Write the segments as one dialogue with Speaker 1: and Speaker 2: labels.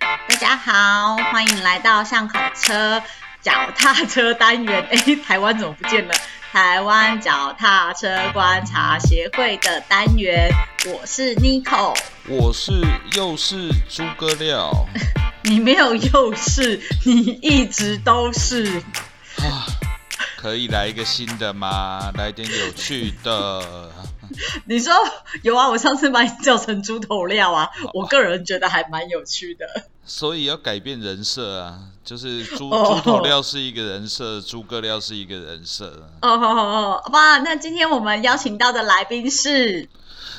Speaker 1: 大家好，欢迎来到巷口车脚踏车单元。 哎，台湾怎么不见了？台湾脚踏车观察协会的单元，我是 Nico。
Speaker 2: 我是又是诸葛亮
Speaker 1: 你没有幼是，你一直都是。
Speaker 2: 啊，可以来一个新的吗？ 来点有趣的。
Speaker 1: 你说有啊？我上次把你叫成猪头料啊，我个人觉得还蛮有趣的。
Speaker 2: 所以要改变人设啊，就是猪
Speaker 1: 哦
Speaker 2: 猪头料是一个人设，诸葛亮是一个人设。
Speaker 1: 哦哦哦，哇！那今天我们邀请到的来宾是，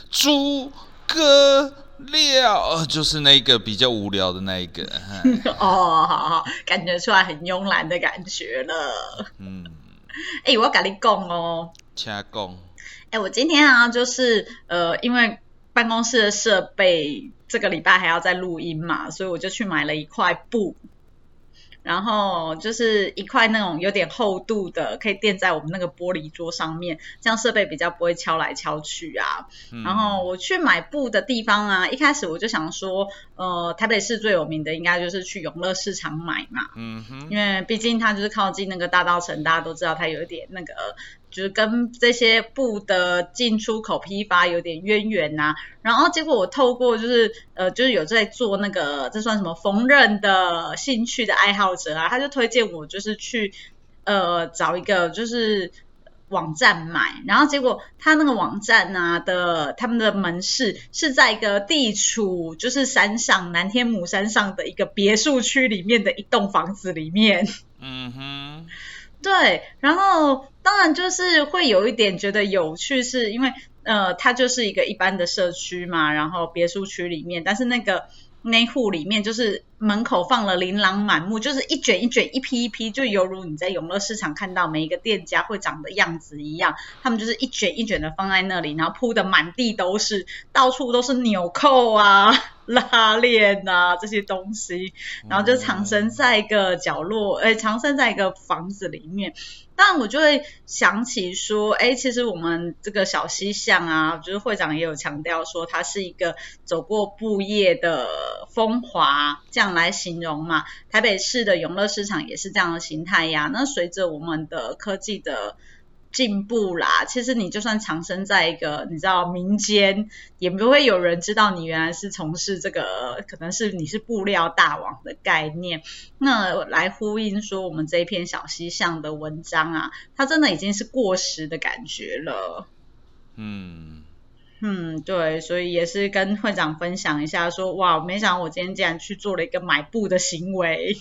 Speaker 2: 诸葛亮呃就是那个比较无聊的那一个。哎
Speaker 1: 哦，好好，感觉出来很慵懒的感觉了。
Speaker 2: 嗯，
Speaker 1: 哎、我要跟你讲哦，
Speaker 2: 掐供
Speaker 1: 哎、我今天啊，就是呃，因为办公室的设备这个礼拜还要再录音嘛，所以我就去买了一块布，然后就是一块那种有点厚度的，可以垫在我们那个玻璃桌上面，这样设备比较不会敲来敲去啊。
Speaker 2: 嗯
Speaker 1: 然后我去买布的地方啊，一开始我就想说，呃，台北市最有名的应该就是去永乐市场买嘛，
Speaker 2: 嗯哼
Speaker 1: 因为毕竟它就是靠近那个大稻城，大家都知道它有一点那个，就是跟这些布的进出口批发有点渊源啊呐、然后结果我透过就是呃，就是有在做那个这算什么缝纫的兴趣的爱好者啊，他就推荐我就是去呃找一个就是。网站买，然后结果他那个网站啊的他们的门市是在一个地处就是山上南天母山上的一个别墅区里面的一栋房子里面，
Speaker 2: 嗯哼，
Speaker 1: 对，然后当然就是会有一点觉得有趣，是因为呃，它就是一个一般的社区嘛，然后别墅区里面，但是那个那户里面就是门口放了琳琅满目，就是一卷一卷、一批一批，就犹如你在永乐市场看到每一个店家会长的样子一样，他们就是一卷一卷的放在那里，然后铺的满地都是，到处都是纽扣啊、 拉链啊这些东西。然后就藏身在一个角落，哎，藏身在一个房子里面。但我就会想起说，哎，其实我们这个小西巷啊，就是会长也有强调说，它是一个走过布业的风华，这样来形容嘛。台北市的永乐市场也是这样的形态呀。那随着我们的科技的进步啦，其实你就算藏身在一个你知道民间，也不会有人知道你原来是从事这个，可能是你是布料大王的概念。那来呼应说我们这一篇小西巷的文章啊，它真的已经是过时的感觉了。
Speaker 2: 嗯
Speaker 1: 嗯，对，所以也是跟会长分享一下说哇，没想到我今天竟然去做了一个买布的行为。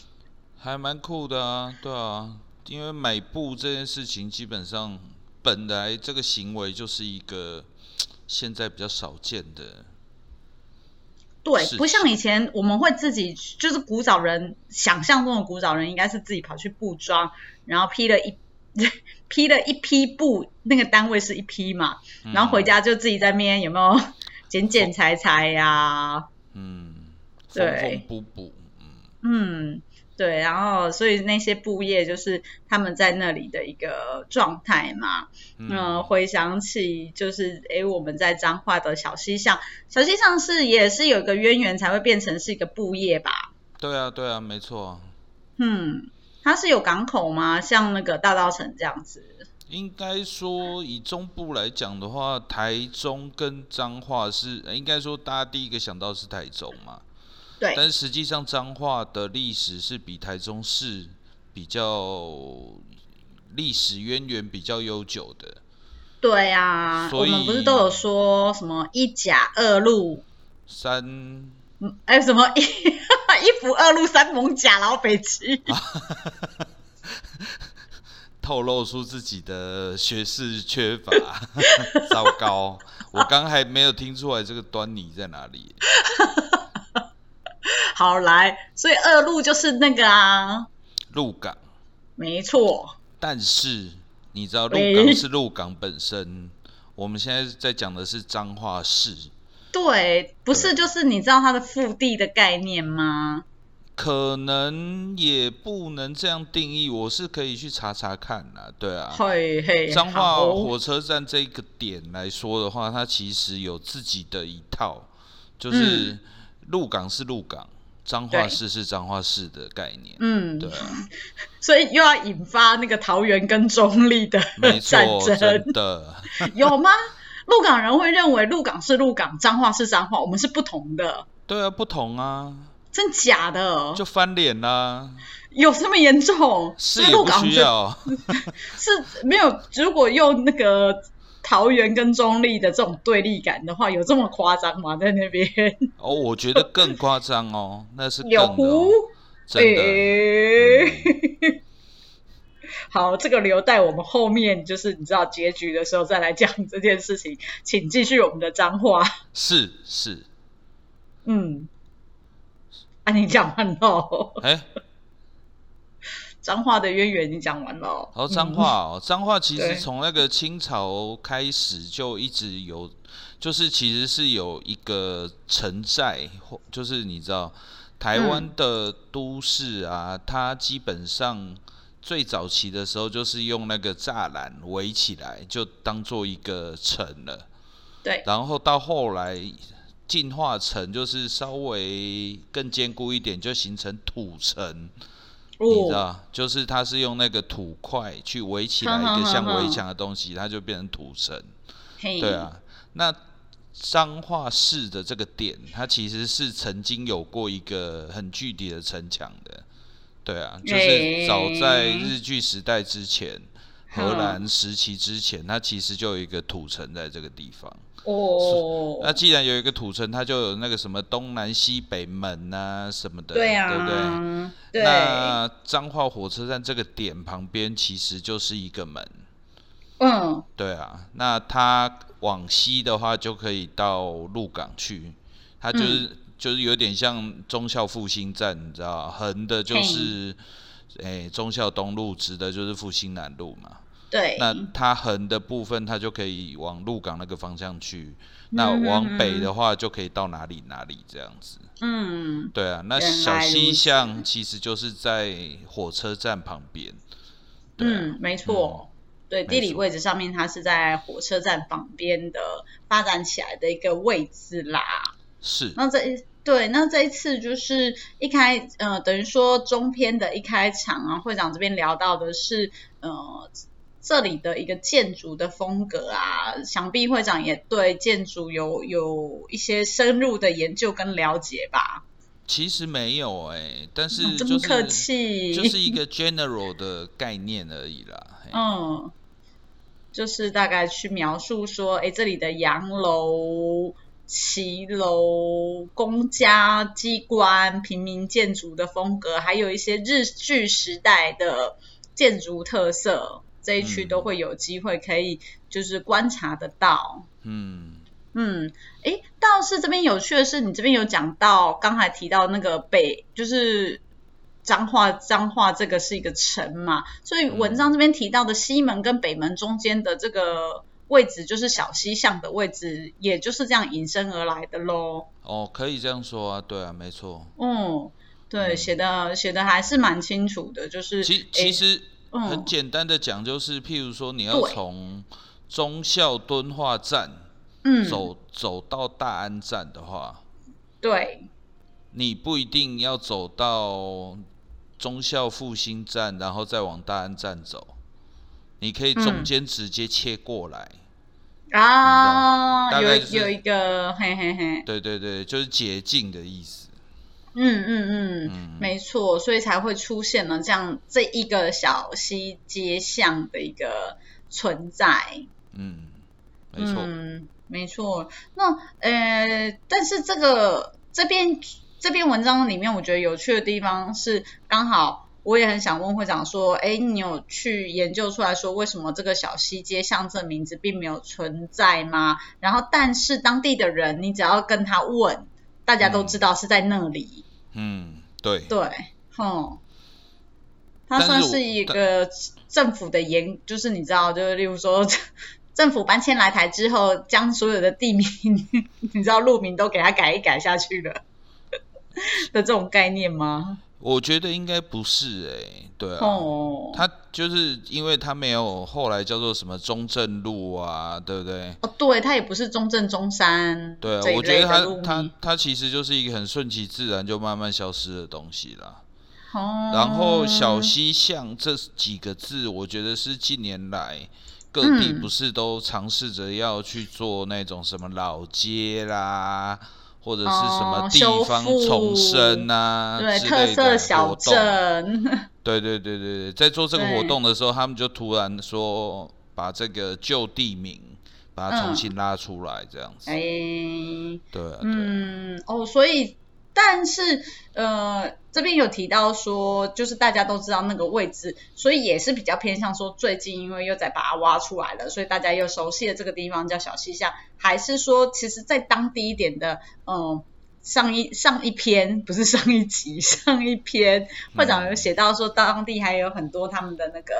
Speaker 2: 还蛮酷的啊，对啊，因为买布这件事情，基本上本来这个行为就是一个现在比较少见的，
Speaker 1: 对，
Speaker 2: 是
Speaker 1: 不像以前我们会自己，就是古早人想象中的古早人，应该是自己跑去布庄，然后批了一 批了一批布，那个单位是一批嘛，
Speaker 2: 嗯
Speaker 1: 然后回，家就自己在那边有没有剪剪裁裁啊呀、
Speaker 2: 嗯，缝缝
Speaker 1: 对
Speaker 2: 补补，嗯
Speaker 1: 嗯，对，然后所以那些布业就是他们在那里的一个状态嘛，嗯，
Speaker 2: 嗯
Speaker 1: 回想起就是诶，我们在彰化的小西巷，小西巷是也是有一个渊源才会变成是一个布业吧？
Speaker 2: 对啊对啊，没错啊，
Speaker 1: 嗯，它是有港口吗？像那个大稻城这样子？
Speaker 2: 应该说以中部来讲的话，台中跟彰化是，呃应该说大家第一个想到是台中嘛，
Speaker 1: 对，
Speaker 2: 但实际上彰化的历史是比台中市比较历史渊源比较悠久的。
Speaker 1: 对啊，
Speaker 2: 所
Speaker 1: 我
Speaker 2: 以
Speaker 1: 们不是都有说什么一甲二路，
Speaker 2: 三，
Speaker 1: 嗯哎，什么一 一府二路三艋甲，然后北齐，
Speaker 2: 啊透露出自己的学识缺乏， 糟糕！我刚还没有听出来这个端倪在哪里。
Speaker 1: 好来，所以二路就是那个啊，
Speaker 2: 鹿港，
Speaker 1: 没错，
Speaker 2: 但是你知道鹿
Speaker 1: 喂
Speaker 2: 港是鹿港本身，我们现在在讲的是彰化市
Speaker 1: 对，不是
Speaker 2: 对
Speaker 1: 就是你知道它的腹地的概念吗？
Speaker 2: 可能也不能这样定义，我是可以去查查看啦，对啊。
Speaker 1: 嘿嘿，
Speaker 2: 彰化
Speaker 1: 好
Speaker 2: 火车站这个点来说的话，它其实有自己的一套，就是
Speaker 1: 嗯
Speaker 2: 鹿港是鹿港，彰化市是彰化市的概念，
Speaker 1: 嗯，
Speaker 2: 对啊，
Speaker 1: 所以又要引发那个桃园跟中立的
Speaker 2: 没
Speaker 1: 战
Speaker 2: 错，真
Speaker 1: 争，
Speaker 2: 的，
Speaker 1: 有吗？鹿港人会认为鹿港是鹿港，彰化是彰化，我们是不同的，
Speaker 2: 对啊，不同啊，
Speaker 1: 真假的？
Speaker 2: 就翻脸啦、
Speaker 1: 有这么严重？
Speaker 2: 是
Speaker 1: 那
Speaker 2: 也
Speaker 1: 鹿
Speaker 2: 不
Speaker 1: 港
Speaker 2: 需
Speaker 1: 就
Speaker 2: 要，
Speaker 1: 是没有，如果用那个桃园跟中立的这种对立感的话，有这么夸张吗？在那边
Speaker 2: 哦，我觉得更夸张哦，那是更的
Speaker 1: 有
Speaker 2: 哦、
Speaker 1: 湖，
Speaker 2: 真的。嗯
Speaker 1: 诶 好，这个留待我们后面就是你知道结局的时候再来讲这件事情，请继续我们的脏话。
Speaker 2: 是是，
Speaker 1: 嗯，啊，你讲完喽，
Speaker 2: 哎、
Speaker 1: 脏话的渊源你讲完喽。
Speaker 2: 好脏话哦，脏话其
Speaker 1: 嗯对
Speaker 2: 实从那个清朝开始就一直有，就是其实是有一个城寨，或就是你知道台湾的都市啊，它基本上最早期的时候就是用那个栅栏围起来，就当做一个城了。
Speaker 1: 对，
Speaker 2: 然后到后来进化成就是稍微更坚固一点，就形成土城，你
Speaker 1: 哦，
Speaker 2: 知道，就是它是用那个土块去围起来
Speaker 1: 哼
Speaker 2: 一个
Speaker 1: 哼
Speaker 2: 像
Speaker 1: 哼
Speaker 2: 围
Speaker 1: 哼
Speaker 2: 墙的东西，它就变成土城。
Speaker 1: 嘿，
Speaker 2: 对啊，那彰化市的这个点，它其实是曾经有过一个很具体的城墙的。对啊，就是早在
Speaker 1: 诶
Speaker 2: 日据时代之前，荷
Speaker 1: 哼
Speaker 2: 兰时期之前，它其实就有一个土城在这个地方。
Speaker 1: 哦，
Speaker 2: 那既然有一个土城，它就有那个什么东南西北门啊什么的，
Speaker 1: 对啊，
Speaker 2: 对不对？
Speaker 1: 对
Speaker 2: 那彰化火车站这个点旁边其实就是一个门，
Speaker 1: 嗯，
Speaker 2: 对啊。那它往西的话就可以到鹿港去，它就是、
Speaker 1: 嗯
Speaker 2: 就是有点像忠孝复兴站，你知道，横的就是诶、忠孝东路，直的就是复兴南路嘛。
Speaker 1: 对，嗯
Speaker 2: 那它横的部分，它就可以往鹿港那个方向去。那往北的话，就可以到哪里哪里这样子。
Speaker 1: 嗯，
Speaker 2: 对啊，那
Speaker 1: 原来
Speaker 2: 小
Speaker 1: 如
Speaker 2: 西
Speaker 1: 此
Speaker 2: 巷其实就是在火车站旁边。对啊
Speaker 1: 嗯，没错。对，
Speaker 2: 没
Speaker 1: 地理
Speaker 2: 错
Speaker 1: 位置上面，它是在火车站旁边的发展起来的一个位置啦。
Speaker 2: 是
Speaker 1: 那这一对，那这一次就是一开，呃，等于说中篇的一开场啊，会长这边聊到的是，呃，这里的一个建筑的风格啊，想必会长也对建筑有有一些深入的研究跟了解吧？
Speaker 2: 其实没有哎、但
Speaker 1: 嗯
Speaker 2: 是
Speaker 1: 这
Speaker 2: 就
Speaker 1: 么
Speaker 2: 是、
Speaker 1: 客气，
Speaker 2: 就是一个 general 的概念而已啦。嘿
Speaker 1: 嗯，就是大概去描述说，哎，这里的洋楼、骑楼、公家机关、平民建筑的风格，还有一些日据时代的建筑特色，这一区
Speaker 2: 嗯
Speaker 1: 都会有机会可以就是观察得到。
Speaker 2: 嗯，
Speaker 1: 嗯，诶，倒是这边有趣的是，你这边有讲到刚才提到那个北，就是彰化，彰化这个是一个城嘛，所以文章这边提到的西门跟北门中间的这个位置，就是小西巷的位置，也就是这样引申而来的喽。
Speaker 2: 哦，可以这样说啊，对啊，没错。
Speaker 1: 嗯，对，
Speaker 2: 嗯
Speaker 1: 写的写的还是蛮清楚的，就是
Speaker 2: 其
Speaker 1: 诶
Speaker 2: 其实
Speaker 1: 嗯
Speaker 2: 很简单的讲，就是譬如说你要
Speaker 1: 对
Speaker 2: 从忠孝敦化站
Speaker 1: 嗯，
Speaker 2: 走、走到大安站的话，
Speaker 1: 对，
Speaker 2: 你不一定要走到忠孝复兴站，然后再往大安站走，你可以中
Speaker 1: 嗯
Speaker 2: 间直接切过来。
Speaker 1: 啊，
Speaker 2: 大
Speaker 1: 有
Speaker 2: 概就是
Speaker 1: 有一个，嘿嘿嘿，
Speaker 2: 对对对，就是捷径的意思。
Speaker 1: 嗯嗯嗯，
Speaker 2: 嗯，
Speaker 1: 没错，所以才会出现了这样这一个小西街巷的一个存在。
Speaker 2: 嗯，没错。
Speaker 1: 嗯，没错。那呃，但是这个这边这篇文章里面，我觉得有趣的地方是，刚好我也很想问会长说，哎，你有去研究出来说为什么这个小西街巷这名字并没有存在吗？然后，但是当地的人，你只要跟他问，大家都知道是在那里。
Speaker 2: 嗯，对。
Speaker 1: 对，哼，它
Speaker 2: 但是
Speaker 1: 算
Speaker 2: 我
Speaker 1: 是一个政府的严，就是你知道，就是例如说，政 府搬迁来台之 后，将所有的地名，你知道路名都给它改一改下去了。的这种概念吗？
Speaker 2: 我觉得应该不是哎、对啊，
Speaker 1: 哦，
Speaker 2: 他就是因为他没有后来叫做什么中正路啊，对不对？
Speaker 1: 哦，对，它也不是中正中山
Speaker 2: 对啊
Speaker 1: 这，一
Speaker 2: 我觉
Speaker 1: 类
Speaker 2: 得
Speaker 1: 的
Speaker 2: 它
Speaker 1: 路嗯名
Speaker 2: 它它其实就是一个很顺其自然就慢慢消失的东西啦。
Speaker 1: 哦，
Speaker 2: 然后“小溪巷”这几个字，我觉得是近年来各地
Speaker 1: 嗯
Speaker 2: 不是都尝试着要去做那种什么老街啦，或者是什么
Speaker 1: 哦
Speaker 2: 地
Speaker 1: 修
Speaker 2: 方
Speaker 1: 复
Speaker 2: 重生啊
Speaker 1: 哦对
Speaker 2: 之
Speaker 1: 特
Speaker 2: 类的
Speaker 1: 色
Speaker 2: 活
Speaker 1: 小
Speaker 2: 动。
Speaker 1: 镇，
Speaker 2: 对对对对对，在做这个活动的时候，他们就突然说把这个旧地名把它重
Speaker 1: 嗯
Speaker 2: 新拉出来，这样子。
Speaker 1: 哎，
Speaker 2: 对啊，对啊，
Speaker 1: 嗯，哦，所以但是呃，这边有提到说，就是大家都知道那个位置，所以也是比较偏向说，最近因为又在把它挖出来了，所以大家又熟悉了这个地方叫小西巷，还是说其实在当地一点的，嗯、上一上一篇不是上一集，上一篇会长有写到说，当地还有很多他们的那个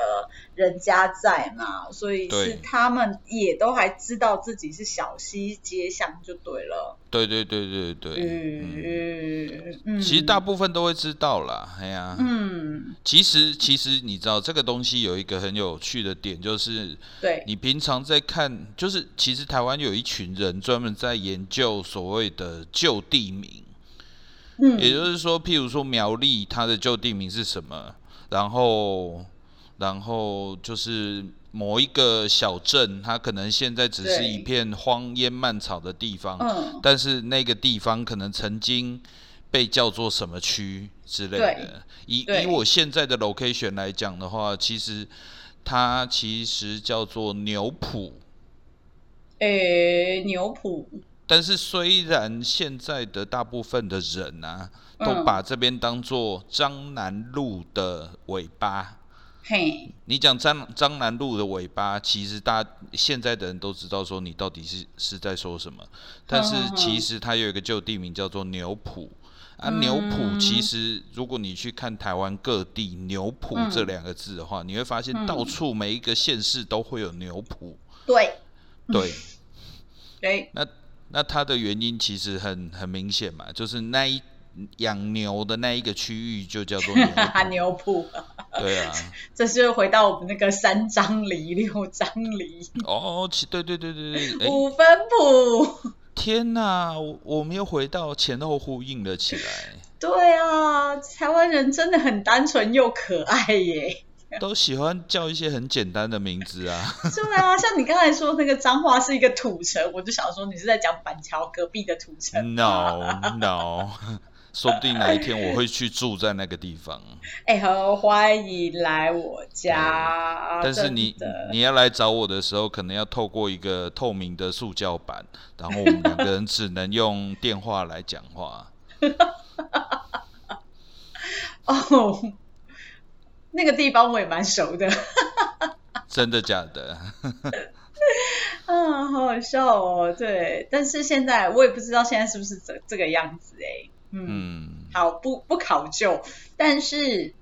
Speaker 1: 人家在嘛，所以
Speaker 2: 对
Speaker 1: 是他们也都还知道自己是小西街巷就对了。
Speaker 2: 对对对对对，嗯，
Speaker 1: 嗯嗯，
Speaker 2: 其实大部分都会知道啦，哎呀，
Speaker 1: 嗯
Speaker 2: 其实其实你知道这个东西有一个很有趣的点，就是
Speaker 1: 对
Speaker 2: 你平常在看，就是其实台湾有一群人专门在研究所谓的旧地名，
Speaker 1: 嗯
Speaker 2: 也就是说，譬如说苗栗它的旧地名是什么，然后然后就是某一个小镇，它可能现在只是
Speaker 1: 对
Speaker 2: 一片荒烟蔓草的地方，
Speaker 1: 嗯
Speaker 2: 但是那个地方可能曾经被叫做什么区之类
Speaker 1: 对
Speaker 2: 的。以以
Speaker 1: 对
Speaker 2: 我现在的 location 来讲的话，其实它其实叫做牛埔。
Speaker 1: 诶、牛埔
Speaker 2: 但是虽然现在的大部分的人啊，
Speaker 1: 嗯
Speaker 2: 都把这边当做张南路的尾巴。
Speaker 1: 嘿
Speaker 2: 你讲张张南路的尾巴，其实大家现在的人都知道说你到底是是在说什么，但是
Speaker 1: 嗯嗯嗯
Speaker 2: 其实它有一个旧地名叫做牛埔。啊，
Speaker 1: 嗯
Speaker 2: 牛埔其实，如果你去看台湾各地“牛埔”
Speaker 1: 嗯
Speaker 2: 这两个字的话，你会发现
Speaker 1: 嗯
Speaker 2: 到处每一个县市都会有牛埔。
Speaker 1: 对嗯
Speaker 2: 对，
Speaker 1: 对
Speaker 2: 那那它的原因其实很很明显嘛，就是那一养牛的那一个区域就叫做 牛
Speaker 1: 哈哈
Speaker 2: 棚，
Speaker 1: 啊牛埔，
Speaker 2: 对啊，
Speaker 1: 这是回到我们那个三张犁六张犁、
Speaker 2: 哦，其对对对对 对，哎、
Speaker 1: 五分埔，
Speaker 2: 天哪，我我们又回到前后呼应了起来，
Speaker 1: 对啊，台湾人真的很单纯又可爱耶。
Speaker 2: 都喜欢叫一些很简单的名 字啊，
Speaker 1: 对啊，像你刚才说那个彰化是一个土城，我就想说你是在讲板桥隔壁的土城
Speaker 2: 嗯 no no，说 不定哪一天我会去住在那个地方，
Speaker 1: 哎、好，欢迎来我家。
Speaker 2: 但是你
Speaker 1: 真的
Speaker 2: 你要来找我的时候，可能要透过一个透明的塑胶板，然后我们两个人只能用电话来讲话。
Speaker 1: 哦， 那个地方我也蛮熟的，
Speaker 2: 真的假的？
Speaker 1: 啊，好好笑哦。对，但是现在我也不知道现在是不是这这个样子哎。嗯，
Speaker 2: 嗯，
Speaker 1: 好，不不考究，但是。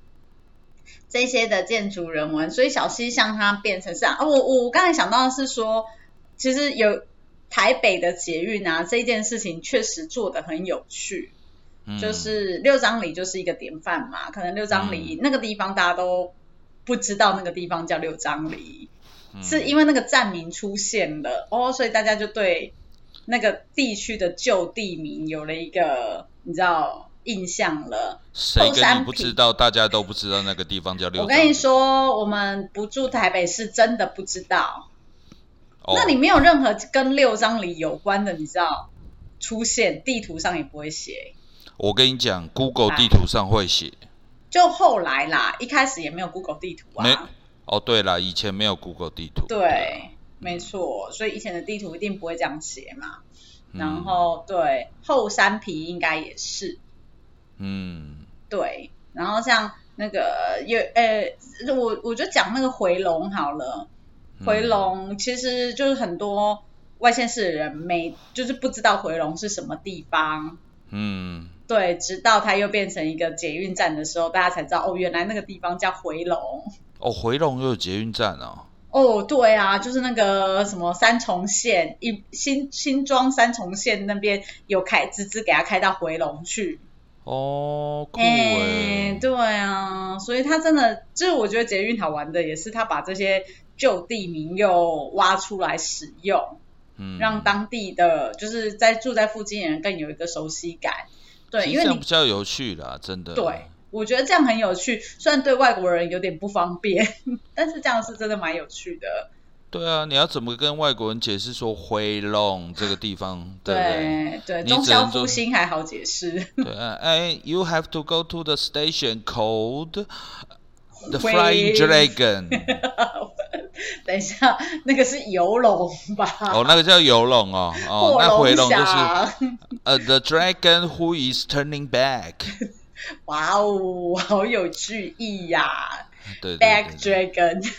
Speaker 1: 这些的建筑人文，所以小西像它变成是啊，哦我我我刚才想到的是说，其实有台北的捷运啊，这件事情确实做得很有趣，
Speaker 2: 嗯
Speaker 1: 就是六张里就是一个典范嘛，可能六张
Speaker 2: 嗯
Speaker 1: 里、那个地方大家都不知道那个地方叫六张里，
Speaker 2: 嗯
Speaker 1: 是因为那个站名出现了哦，所以大家就对那个地区的旧地名有了一个你知道印象了。
Speaker 2: 谁
Speaker 1: 后
Speaker 2: 跟你
Speaker 1: 山
Speaker 2: 不知
Speaker 1: 品
Speaker 2: 道？大家都不知道那个地方叫六。
Speaker 1: 我跟你，说，我们不住台北市，真的不知道。
Speaker 2: 哦、
Speaker 1: 那里没有任何跟六张里有关的，你知道出现地图上也不会写。
Speaker 2: 我跟你讲，Google
Speaker 1: 哎
Speaker 2: 地图上会写
Speaker 1: 就后来啦，一开始也没有 Google 地图啊。
Speaker 2: 没。哦，对了，以前没有 Google 地图。啊
Speaker 1: 对，没错，所以以前的地图一定不会这样写嘛。然
Speaker 2: 嗯
Speaker 1: 后对后山皮应该也是
Speaker 2: 嗯，
Speaker 1: 对，然后像那个有呃，我我就讲那个回龙好了，
Speaker 2: 嗯
Speaker 1: 回龙其实就是很多外县市的人没就是不知道回龙是什么地方。
Speaker 2: 嗯，
Speaker 1: 对，直到它又变成一个捷运站的时候，大家才知道哦，原来那个地方叫回龙。
Speaker 2: 哦，回龙又有捷运站哦。
Speaker 1: 哦，对啊，就是那个什么三重县，一新新庄三重县那边有开，直直给他开到回龙去。
Speaker 2: 哦，酷
Speaker 1: 哎、
Speaker 2: 哎、
Speaker 1: 对啊，所以他真的，就是我觉得捷运好玩的也是他把这些旧地名又挖出来使用，
Speaker 2: 嗯，
Speaker 1: 让当地的就是在住在附近的人更有一个熟悉感。对，
Speaker 2: 其实
Speaker 1: 因为
Speaker 2: 这样
Speaker 1: 你
Speaker 2: 比较有趣啦，真的。
Speaker 1: 对，我觉得这样很有趣，虽然对外国人有点不方便， 但是这样是真的蛮有趣的。
Speaker 2: 对啊，你要怎么跟外国人解释说灰弄这个地方，对不对？
Speaker 1: 对对，
Speaker 2: 你
Speaker 1: 中
Speaker 2: 只能
Speaker 1: 消复
Speaker 2: 做
Speaker 1: 兴还好解释，
Speaker 2: 对啊，哎，You have to go to the station called the
Speaker 1: 灰
Speaker 2: Flying Dragon
Speaker 1: 等一下那个是游龙吧？
Speaker 2: 哦，那个叫游龙哦， 哦，
Speaker 1: 卧
Speaker 2: 那回
Speaker 1: 龙
Speaker 2: 龙就是
Speaker 1: 虾，
Speaker 2: 呃，the dragon who is turning back，
Speaker 1: 哇哦，好有趣意呀、
Speaker 2: 对对
Speaker 1: b a c
Speaker 2: 对
Speaker 1: k
Speaker 2: 对。
Speaker 1: Dragon，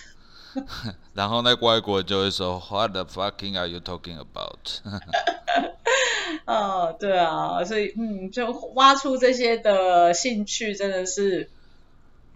Speaker 2: 然后那个外国人就会说，What the fucking are you talking about？
Speaker 1: 哦，对啊，所以嗯，就挖出这些的兴趣真的是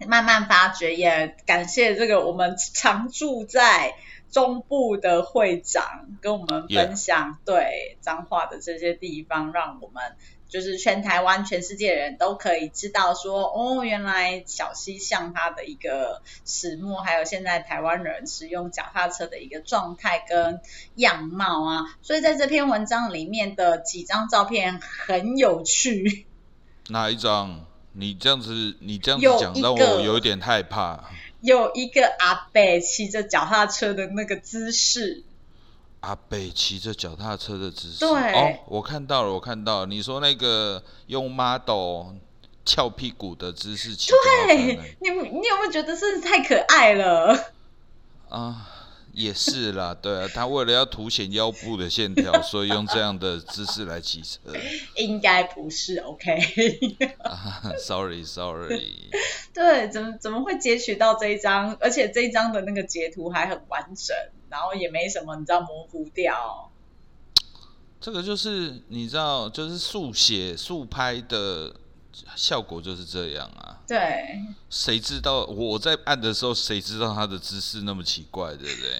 Speaker 1: 慢慢发掘，也感谢这个我们常住在中部的会长跟我们分享对彰化的这些地方，让我们。就是全台湾、全世界人都可以知道说，哦，原来小溪巷它的一个始末，还有现在台湾人使用脚踏车的一个状态跟样貌啊。所以在这篇文章里面的几张照片很有趣，
Speaker 2: 哪一张？你这样子，你这样
Speaker 1: 有
Speaker 2: 子讲
Speaker 1: 一
Speaker 2: 让
Speaker 1: 个
Speaker 2: 我有点害怕。
Speaker 1: 有一个阿伯骑着脚踏车的那个姿势，
Speaker 2: 阿北骑着脚踏车的姿势，
Speaker 1: 对
Speaker 2: 哦，我看到了，我看到了。你说那个用 model 翘屁股的姿势骑脚踏车
Speaker 1: 对
Speaker 2: 呢，
Speaker 1: 哎你有你有没有觉得真是太可爱了？
Speaker 2: 啊，也是啦，对啊，他为了要凸显腰部的线条，所以用这样的姿势来骑车。
Speaker 1: 应该不是，OK？
Speaker 2: 啊，sorry，sorry，
Speaker 1: 对，怎么怎么会截取到这一张？而且这一张的那个截图还很完整，然后也没什么，你知道模糊掉。
Speaker 2: 这个就是你知道，就是速写速拍的效果就是这样啊。
Speaker 1: 对，
Speaker 2: 谁知道我在按的时候，谁知道他的姿势那么奇怪，对不对？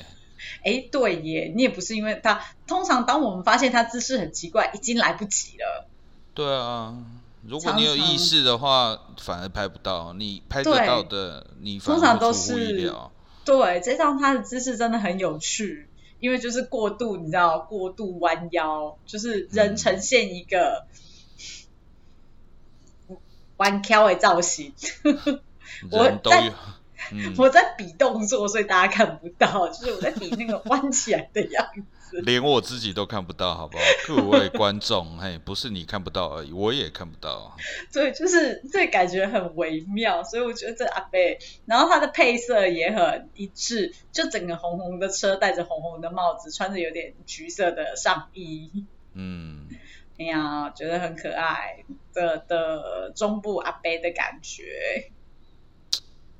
Speaker 1: 哎，对耶，你也不是因为他，通常当我们发现他姿势很奇怪，已经来不及了。
Speaker 2: 对啊，如果你有
Speaker 1: 常常
Speaker 2: 意识的话，反而拍不到。你拍得
Speaker 1: 对
Speaker 2: 到的，你反
Speaker 1: 通
Speaker 2: 而
Speaker 1: 常
Speaker 2: 会
Speaker 1: 都
Speaker 2: 出乎意
Speaker 1: 是
Speaker 2: 料。
Speaker 1: 对，这张他的姿势真的很有趣，因为就是过度，你知道，过度弯腰，就是人呈现一个弯挑的造型。我
Speaker 2: 人都
Speaker 1: 在
Speaker 2: 有，嗯，
Speaker 1: 我在比动作，所以大家看不到，就是我在比那个弯起来的样子。
Speaker 2: 连我自己都看不到，好不好？各位观众，嘿，不是你看不到而已，我也看不到。
Speaker 1: 对，就是这感觉很微妙，所以我觉得这阿贝，然后它的配色也很一致，就整个红红的车，戴着红红的帽子，穿着有点橘色的上衣，
Speaker 2: 嗯，
Speaker 1: 哎呀，觉得很可爱的的中部阿贝的感觉，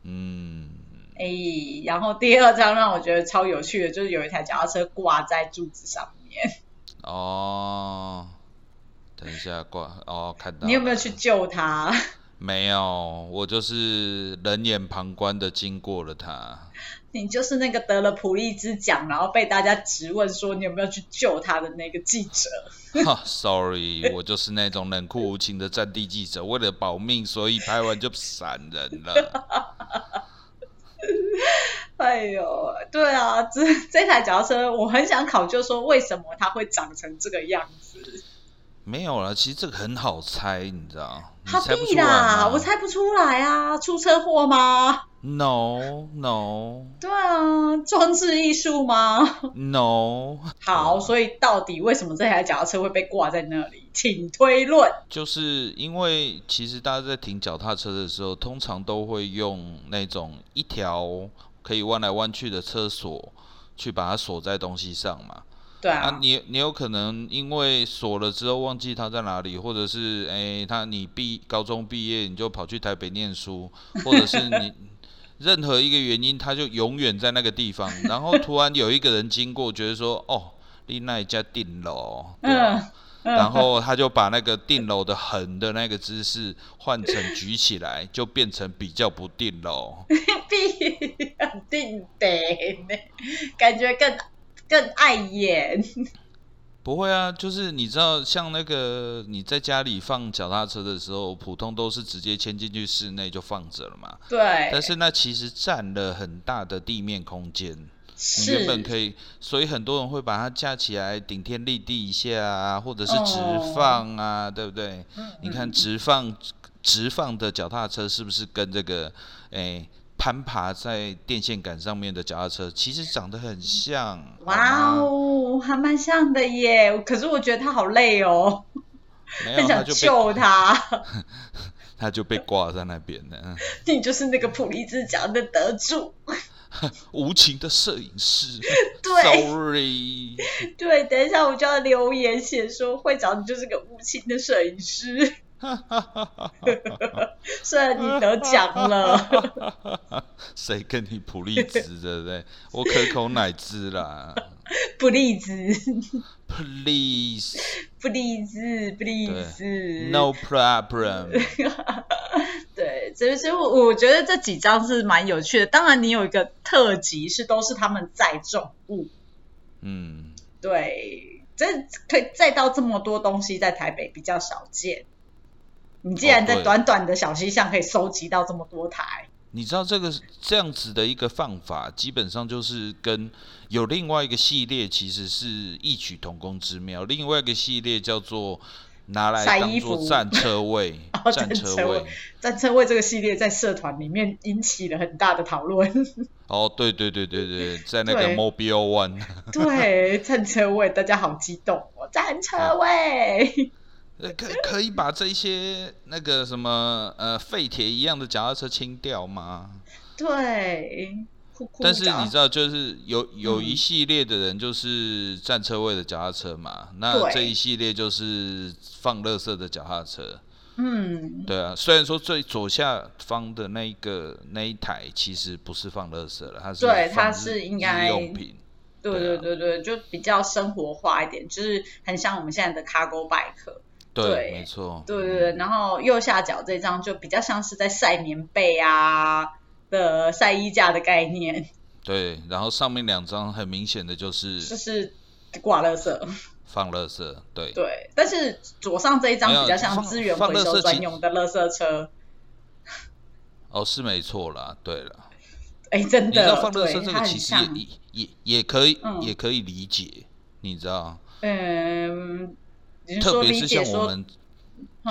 Speaker 2: 嗯，
Speaker 1: 哎，然后第二张让我觉得超有趣的，就是有一台脚踏车挂在柱子上面，
Speaker 2: 哦，等一下挂哦，看到了
Speaker 1: 你有没有去？救它？
Speaker 2: 没有，我就是冷眼旁观的经过了他。
Speaker 1: 你就是那个得了普利兹奖，然后被大家质问说你有没有去救他的那个记者。
Speaker 2: 哈，sorry，我就是那种冷酷无情的战地记者，为了保命，所以拍完就闪 人了。
Speaker 1: 哎呦，对啊，这这台脚踏车我很想考究说为什么它会长成这个样子。
Speaker 2: 没有啦，其实这个很好猜，你知道？你
Speaker 1: 好
Speaker 2: 猜不
Speaker 1: 屁
Speaker 2: 出来啊吗
Speaker 1: 啦，我猜不出来啊，出车祸吗？
Speaker 2: No No
Speaker 1: 对啊，装置艺术吗？
Speaker 2: No，
Speaker 1: 好，所以到底为什么这台脚踏车会被挂在那里？请推论。
Speaker 2: 就是因为其实大家在停脚踏车的时候，通常都会用那种一条可以弯来弯去的车锁去把它锁在东西上嘛。
Speaker 1: 对
Speaker 2: 啊
Speaker 1: 啊，，
Speaker 2: 你你有可能因为锁了之后忘记它在哪里，或者是诶，他你毕高中毕业你就跑去台北念书，或者是你任何一个原因，他就永远在那个地方。然后突然有一个人经过，觉得说哦，你那一家顶楼，对吧
Speaker 1: 嗯嗯
Speaker 2: 然后他就把那个定楼的横的那个姿势换成举起来，就变成比较不定楼。
Speaker 1: 必定得，感觉更更碍眼。
Speaker 2: 不会啊，就是你知道，像那个你在家里放脚踏车的时候，普通都是直接牵进去室内就放着了嘛。
Speaker 1: 对，
Speaker 2: 但是那其实占了很大的地面空间，你
Speaker 1: 是
Speaker 2: 原本可以，所以很多人会把它架起来顶天立地一下啊，或者是直
Speaker 1: 哦
Speaker 2: 放啊，对不对？你看
Speaker 1: 嗯
Speaker 2: 直放直放的脚踏车是不是跟这个诶、攀爬在电线杆上面的脚踏车其实长得很像？啊
Speaker 1: 哇
Speaker 2: 好吗，
Speaker 1: 哦，还蛮像的耶。可是我觉得他好累哦，
Speaker 2: 没有
Speaker 1: 很
Speaker 2: 他
Speaker 1: 想
Speaker 2: 就
Speaker 1: 救
Speaker 2: 被
Speaker 1: 他。
Speaker 2: 他就被挂在那边了，嗯
Speaker 1: 你就是那个普利兹奖的得主。
Speaker 2: 无情的摄影师
Speaker 1: 对
Speaker 2: ，sorry，
Speaker 1: 对，等一下我就要留言写说会长你就是个无情的摄影师，虽然 啊你得奖了。
Speaker 2: 谁跟你普利兹对不对？我可口乃滋 啦
Speaker 1: 不利兹，
Speaker 2: ，please，no
Speaker 1: 不利兹，不利兹。
Speaker 2: problem，
Speaker 1: 对，所以所以我我觉得这几张是蛮有趣的。当然，你有一个特辑是都是他们载重物，
Speaker 2: 嗯。
Speaker 1: 对，这可以载到这么多东西，在台北比较少见。你既然
Speaker 2: 哦
Speaker 1: 在
Speaker 2: 对
Speaker 1: 短短的小西巷可以收集到这么多台，
Speaker 2: 你知道这个这样子的一个放法，基本上就是跟有另外一个系列其实是异曲同工之妙。另外一个系列叫做拿来
Speaker 1: 晒
Speaker 2: 当
Speaker 1: 衣
Speaker 2: 做
Speaker 1: 服，
Speaker 2: 战车 位
Speaker 1: 哦
Speaker 2: 战
Speaker 1: 战
Speaker 2: 车
Speaker 1: 车
Speaker 2: 位
Speaker 1: 位。战车位这个系列在社团里面引起了很大的讨论。
Speaker 2: 哦，对对对对对，在那个
Speaker 1: 对
Speaker 2: Mobile One，
Speaker 1: 对，战车位大家好激动哦，战车位，
Speaker 2: 呃可可以把这些那个什么呃废铁一样的脚踏车清掉吗？
Speaker 1: 对，酷酷
Speaker 2: 但是
Speaker 1: 的啊
Speaker 2: 你知道，就是有有一
Speaker 1: 嗯
Speaker 2: 系列的人就是占车位的脚踏车嘛，那
Speaker 1: 对
Speaker 2: 这一系列就是放垃圾的脚踏车。
Speaker 1: 嗯，
Speaker 2: 对啊，虽然说最左下方的那一个那一台其实不是放垃圾了，它是
Speaker 1: 对它
Speaker 2: 放日
Speaker 1: 是应该
Speaker 2: 日用品。
Speaker 1: 对
Speaker 2: 对
Speaker 1: 对对
Speaker 2: 啊
Speaker 1: 对，就比较生活化一点，就是很像我们现在的 cargo bike。对
Speaker 2: 没错。嗯
Speaker 1: 对对对，然后右下角这张就比较像是在晒棉被啊的晒衣架的概念，
Speaker 2: 对，然后上面两张很明显的就是
Speaker 1: 就是挂垃圾。
Speaker 2: 放垃圾，对。
Speaker 1: 对，但是左上这一张
Speaker 2: 没有
Speaker 1: 比较像
Speaker 2: 放
Speaker 1: 资源
Speaker 2: 放
Speaker 1: 回
Speaker 2: 垃圾
Speaker 1: 收
Speaker 2: 其
Speaker 1: 专用的垃圾车。
Speaker 2: 哦，是没错啦，对了，
Speaker 1: 哎，真
Speaker 2: 你知道
Speaker 1: 的，
Speaker 2: 放垃圾
Speaker 1: 对，
Speaker 2: 这
Speaker 1: 它
Speaker 2: 个
Speaker 1: 很
Speaker 2: 其实
Speaker 1: 像。
Speaker 2: 也也也也可以、
Speaker 1: 嗯
Speaker 2: 也可以理解，你知道，
Speaker 1: 嗯，你是
Speaker 2: 特
Speaker 1: 说
Speaker 2: 别
Speaker 1: 理
Speaker 2: 是
Speaker 1: 解
Speaker 2: 像我
Speaker 1: 说
Speaker 2: 们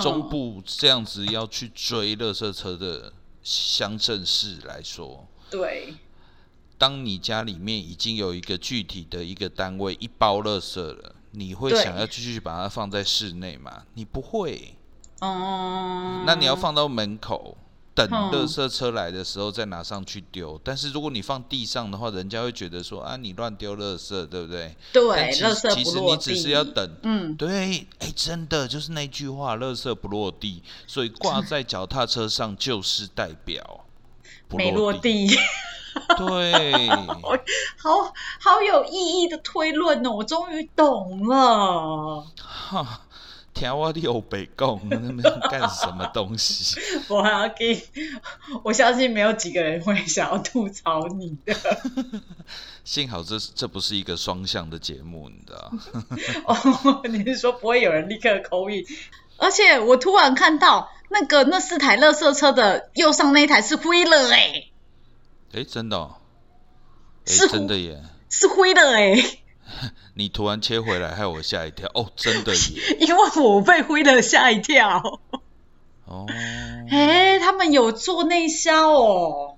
Speaker 2: 中
Speaker 1: 嗯
Speaker 2: 部这样子要去追垃圾车的乡镇市来说，
Speaker 1: 对，
Speaker 2: 当你家里面已经有一个具体的一个单位一包垃圾了，你会
Speaker 1: 对
Speaker 2: 想要继续把它放在室内吗？你不会，
Speaker 1: 嗯，
Speaker 2: 那你要放到门口。等
Speaker 1: 嗯
Speaker 2: 垃圾车来的时候再拿上去丢，但是如果你放地上的话，人家会觉得说啊你乱丢垃圾，对不对？
Speaker 1: 对，
Speaker 2: 但其
Speaker 1: 垃
Speaker 2: 实
Speaker 1: 圾
Speaker 2: 其
Speaker 1: 不
Speaker 2: 实
Speaker 1: 落
Speaker 2: 你
Speaker 1: 地。
Speaker 2: 只是要等，
Speaker 1: 嗯，
Speaker 2: 对，哎，真的就是那句话，垃圾不落地，所以挂在脚踏车上就是代 表不
Speaker 1: 没落
Speaker 2: 地。
Speaker 1: 地。
Speaker 2: 对，
Speaker 1: 好好有意义的推论哦，我终于懂了。
Speaker 2: 哈，听我有北贡那边干什么东西？
Speaker 1: 我还要给，我相信没有几个人会想要吐槽你的。
Speaker 2: 幸好这这不是一个双向的节目，你知道？
Speaker 1: 哦， 你是说不会有人立刻口译？而且我突然看到那个那四台垃圾车的右上那一台是灰了哎、
Speaker 2: 哎，真的、哦，哎
Speaker 1: 是，
Speaker 2: 真的耶！
Speaker 1: 是灰了哎、
Speaker 2: 你突然切回来，害我吓一跳。哦，真的耶！
Speaker 1: 因为我被灰了吓一跳。
Speaker 2: 哦，
Speaker 1: 哎、他们有做内销哦。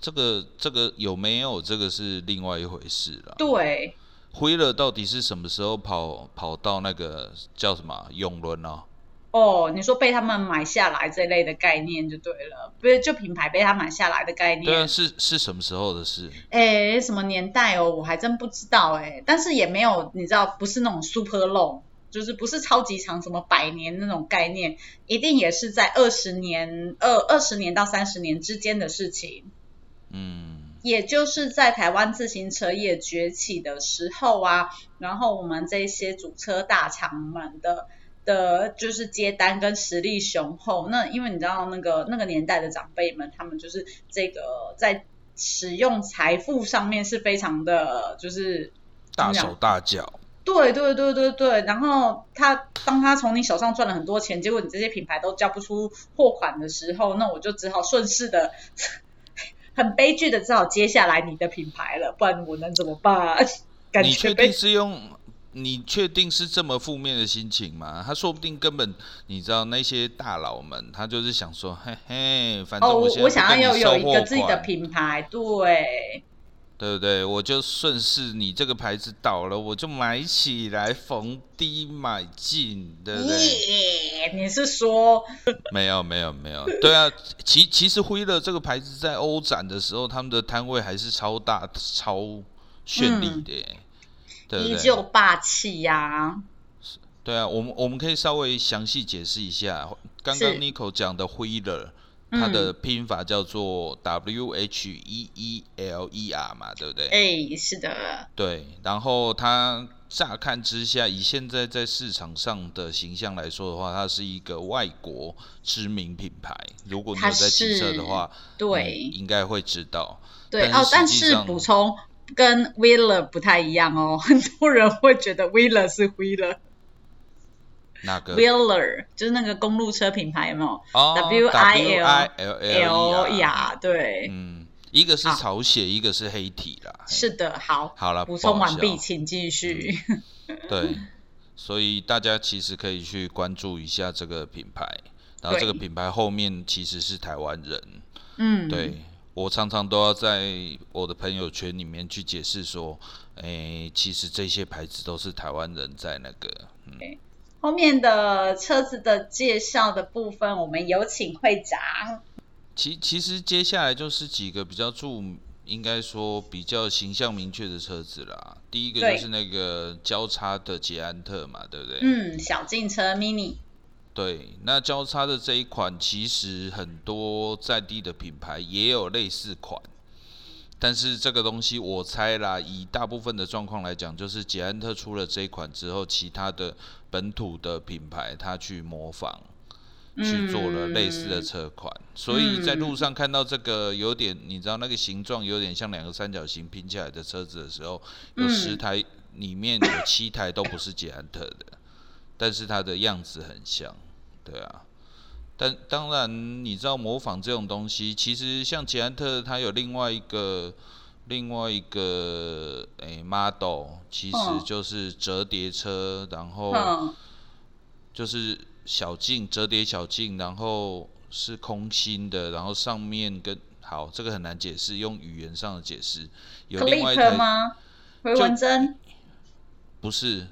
Speaker 2: 这个这个有没有？这个是另外一回事了。
Speaker 1: 对，
Speaker 2: 灰了到底是什么时候跑跑到那个叫什么啊永伦哦？
Speaker 1: 哦，你说被他们买下来这类的概念就对了，不是就品牌被他买下来的概
Speaker 2: 对啊，
Speaker 1: 念。
Speaker 2: 是是什么时候的事？
Speaker 1: 哎，什么年代哦？我还真不知道哎，但是也没有，你知道，不是那种 super long，就是不是超级长，什么百年那种概念，一定也是在二十年、二二十年到三十年之间的事情。
Speaker 2: 嗯，
Speaker 1: 也就是在台湾自行车业崛起的时候啊，然后我们这些主车大厂们的的，就是接单跟实力雄厚。那因为你知道那个那个年代的长辈们，他们就是这个在使用财富上面是非常的，就是
Speaker 2: 大手大脚。
Speaker 1: 对对对对对，然后他当他从你手上赚了很多钱，结果你这些品牌都交不出货款的时候，那我就只好顺势的，很悲剧的只好接下来你的品牌了，不然我能怎么办？感
Speaker 2: 你
Speaker 1: 觉
Speaker 2: 确
Speaker 1: 被
Speaker 2: 定是用？你确定是这么负面的心情吗？他说不定根本你知道那些大佬们，他就是想说，嘿嘿，反正
Speaker 1: 哦，我
Speaker 2: 现在
Speaker 1: 我
Speaker 2: 不
Speaker 1: 想
Speaker 2: 跟你
Speaker 1: 要有有
Speaker 2: 收
Speaker 1: 一
Speaker 2: 货
Speaker 1: 个自己的
Speaker 2: 款
Speaker 1: 品牌，对
Speaker 2: 对不对？我就顺势你这个牌子倒了，我就买起来，逢低买进，对不对？
Speaker 1: 耶你是说
Speaker 2: 没有没有没有，对啊，其其实辉乐这个牌子在欧展的时候，他们的摊位还是超大、超绚丽的耶，对
Speaker 1: 嗯依
Speaker 2: 不
Speaker 1: 旧
Speaker 2: 对？
Speaker 1: 霸气呀、
Speaker 2: 对啊，我们我们可以稍微详细解释一下，刚刚
Speaker 1: 是
Speaker 2: Nico 讲的辉乐。
Speaker 1: 嗯
Speaker 2: 它的拼法叫做 W H E E L E R 嘛，对不对？
Speaker 1: 哎，是的，
Speaker 2: 对，然后它乍看之下，以现在在市场上的形象来说的话，它是一个外国知名品牌。如果你
Speaker 1: 它
Speaker 2: 有在骑车
Speaker 1: 是
Speaker 2: 的话，你
Speaker 1: 对
Speaker 2: 应该会知道。
Speaker 1: 对
Speaker 2: 但
Speaker 1: 哦
Speaker 2: 是，
Speaker 1: 但
Speaker 2: 实际
Speaker 1: 是
Speaker 2: 上
Speaker 1: 补充。跟 Wheeler 不太一样哦， 很多人会觉得 Wheeler 是 Wheeler，
Speaker 2: 那个
Speaker 1: Wheeler 就是那个公路车品牌，有没有
Speaker 2: 哦
Speaker 1: W I L E
Speaker 2: I L
Speaker 1: ？L
Speaker 2: E
Speaker 1: R 对，
Speaker 2: 嗯，一个是
Speaker 1: 好
Speaker 2: 草写，一个是黑体啦。嘿
Speaker 1: 啊是的，好，
Speaker 2: 好了，
Speaker 1: 补
Speaker 2: 啊不
Speaker 1: 充
Speaker 2: 好
Speaker 1: 完毕，
Speaker 2: 笑嗯
Speaker 1: 请继续。
Speaker 2: 对，所以大家其实可以去关注一下这个品牌，然后这个
Speaker 1: 对
Speaker 2: 品牌后面其实是台湾人。
Speaker 1: 嗯，
Speaker 2: 对我常常都要在我的朋友圈里面去解释说，诶、其实这些牌子都是台湾人在那个，嗯，
Speaker 1: 后面的车子的介绍的部分，我们有请会长。
Speaker 2: 其其实接下来就是几个比较著，应该说比较形象明确的车子啦。第一个
Speaker 1: 对
Speaker 2: 就是那个交叉的捷安特嘛，对不对？
Speaker 1: 嗯，小进车 mini，
Speaker 2: 对，那交叉的这一款，其实很多在地的品牌也有类似款，但是这个东西我猜啦，以大部分的状况来讲，就是捷安特出了这一款之后，其他的本土的品牌它去模仿，去做了类似的车款，所以在路上看到这个有点，你知道那个形状有点像两个三角形拼起来的车子的时候，有
Speaker 1: 嗯
Speaker 2: 十台里面有七台都不是捷安特的，但是它的样子很像，对啊。但当然，你知道模仿这种东西，其实像捷安特它有另外一个另外一个诶、model，其实
Speaker 1: 嗯
Speaker 2: 就是折叠车，然后。
Speaker 1: 嗯，
Speaker 2: 就是小径折叠小径，然后是空心的，然后上面跟好，这个很难解释，用语言上的解释。有另外一
Speaker 1: clip
Speaker 2: 台
Speaker 1: 吗？回纹针
Speaker 2: 不是，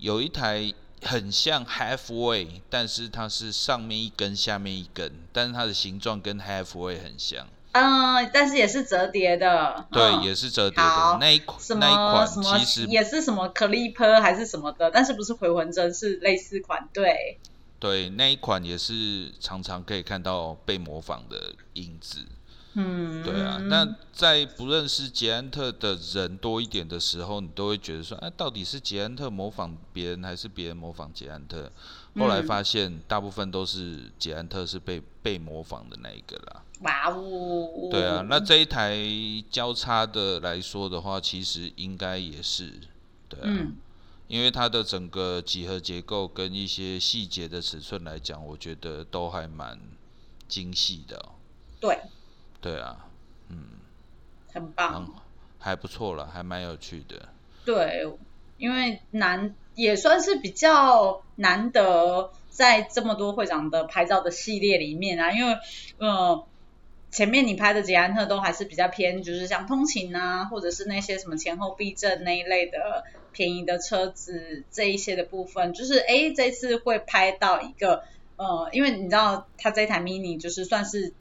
Speaker 2: 有一台很像 halfway，但是它是上面一根，下面一根，但是它的形状跟 halfway 很像。
Speaker 1: 嗯，但是也是折叠的，
Speaker 2: 对，
Speaker 1: 嗯
Speaker 2: 也是折叠的
Speaker 1: 好
Speaker 2: 那一款，
Speaker 1: 什
Speaker 2: 那一
Speaker 1: 么
Speaker 2: 款
Speaker 1: 什么
Speaker 2: 其实
Speaker 1: 也是什么 clipper 还是什么的，但是不是回纹针，是类似款，对，
Speaker 2: 对那一款也是常常可以看到被模仿的影子。
Speaker 1: 嗯，
Speaker 2: 对啊，那在不认识捷安特的人多一点的时候，你都会觉得说，哎、到底是捷安特模仿别人，还是别人模仿捷安特？后来
Speaker 1: 嗯
Speaker 2: 发现，大部分都是捷安特是被被模仿的那一个啦。
Speaker 1: 哇哦，
Speaker 2: 对啊，那这一台交叉的来说的话，其实应该也是，对啊，
Speaker 1: 嗯
Speaker 2: 因为它的整个几何结构跟一些细节的尺寸来讲，我觉得都还蛮精细的哦、
Speaker 1: 对，
Speaker 2: 对啊，嗯。
Speaker 1: 很棒
Speaker 2: 嗯，，还不错了，还蛮有趣的。
Speaker 1: 对，因为难也算是比较难得在这么多会长的拍照的系列里面啊，因为呃前面你拍的捷安特都还是比较偏，就是像通勤啊，或者是那些什么前后避震那一类的便宜的车子这一些的部分，就是诶这次会拍到一个呃，因为你知道它这台 mini 就是算是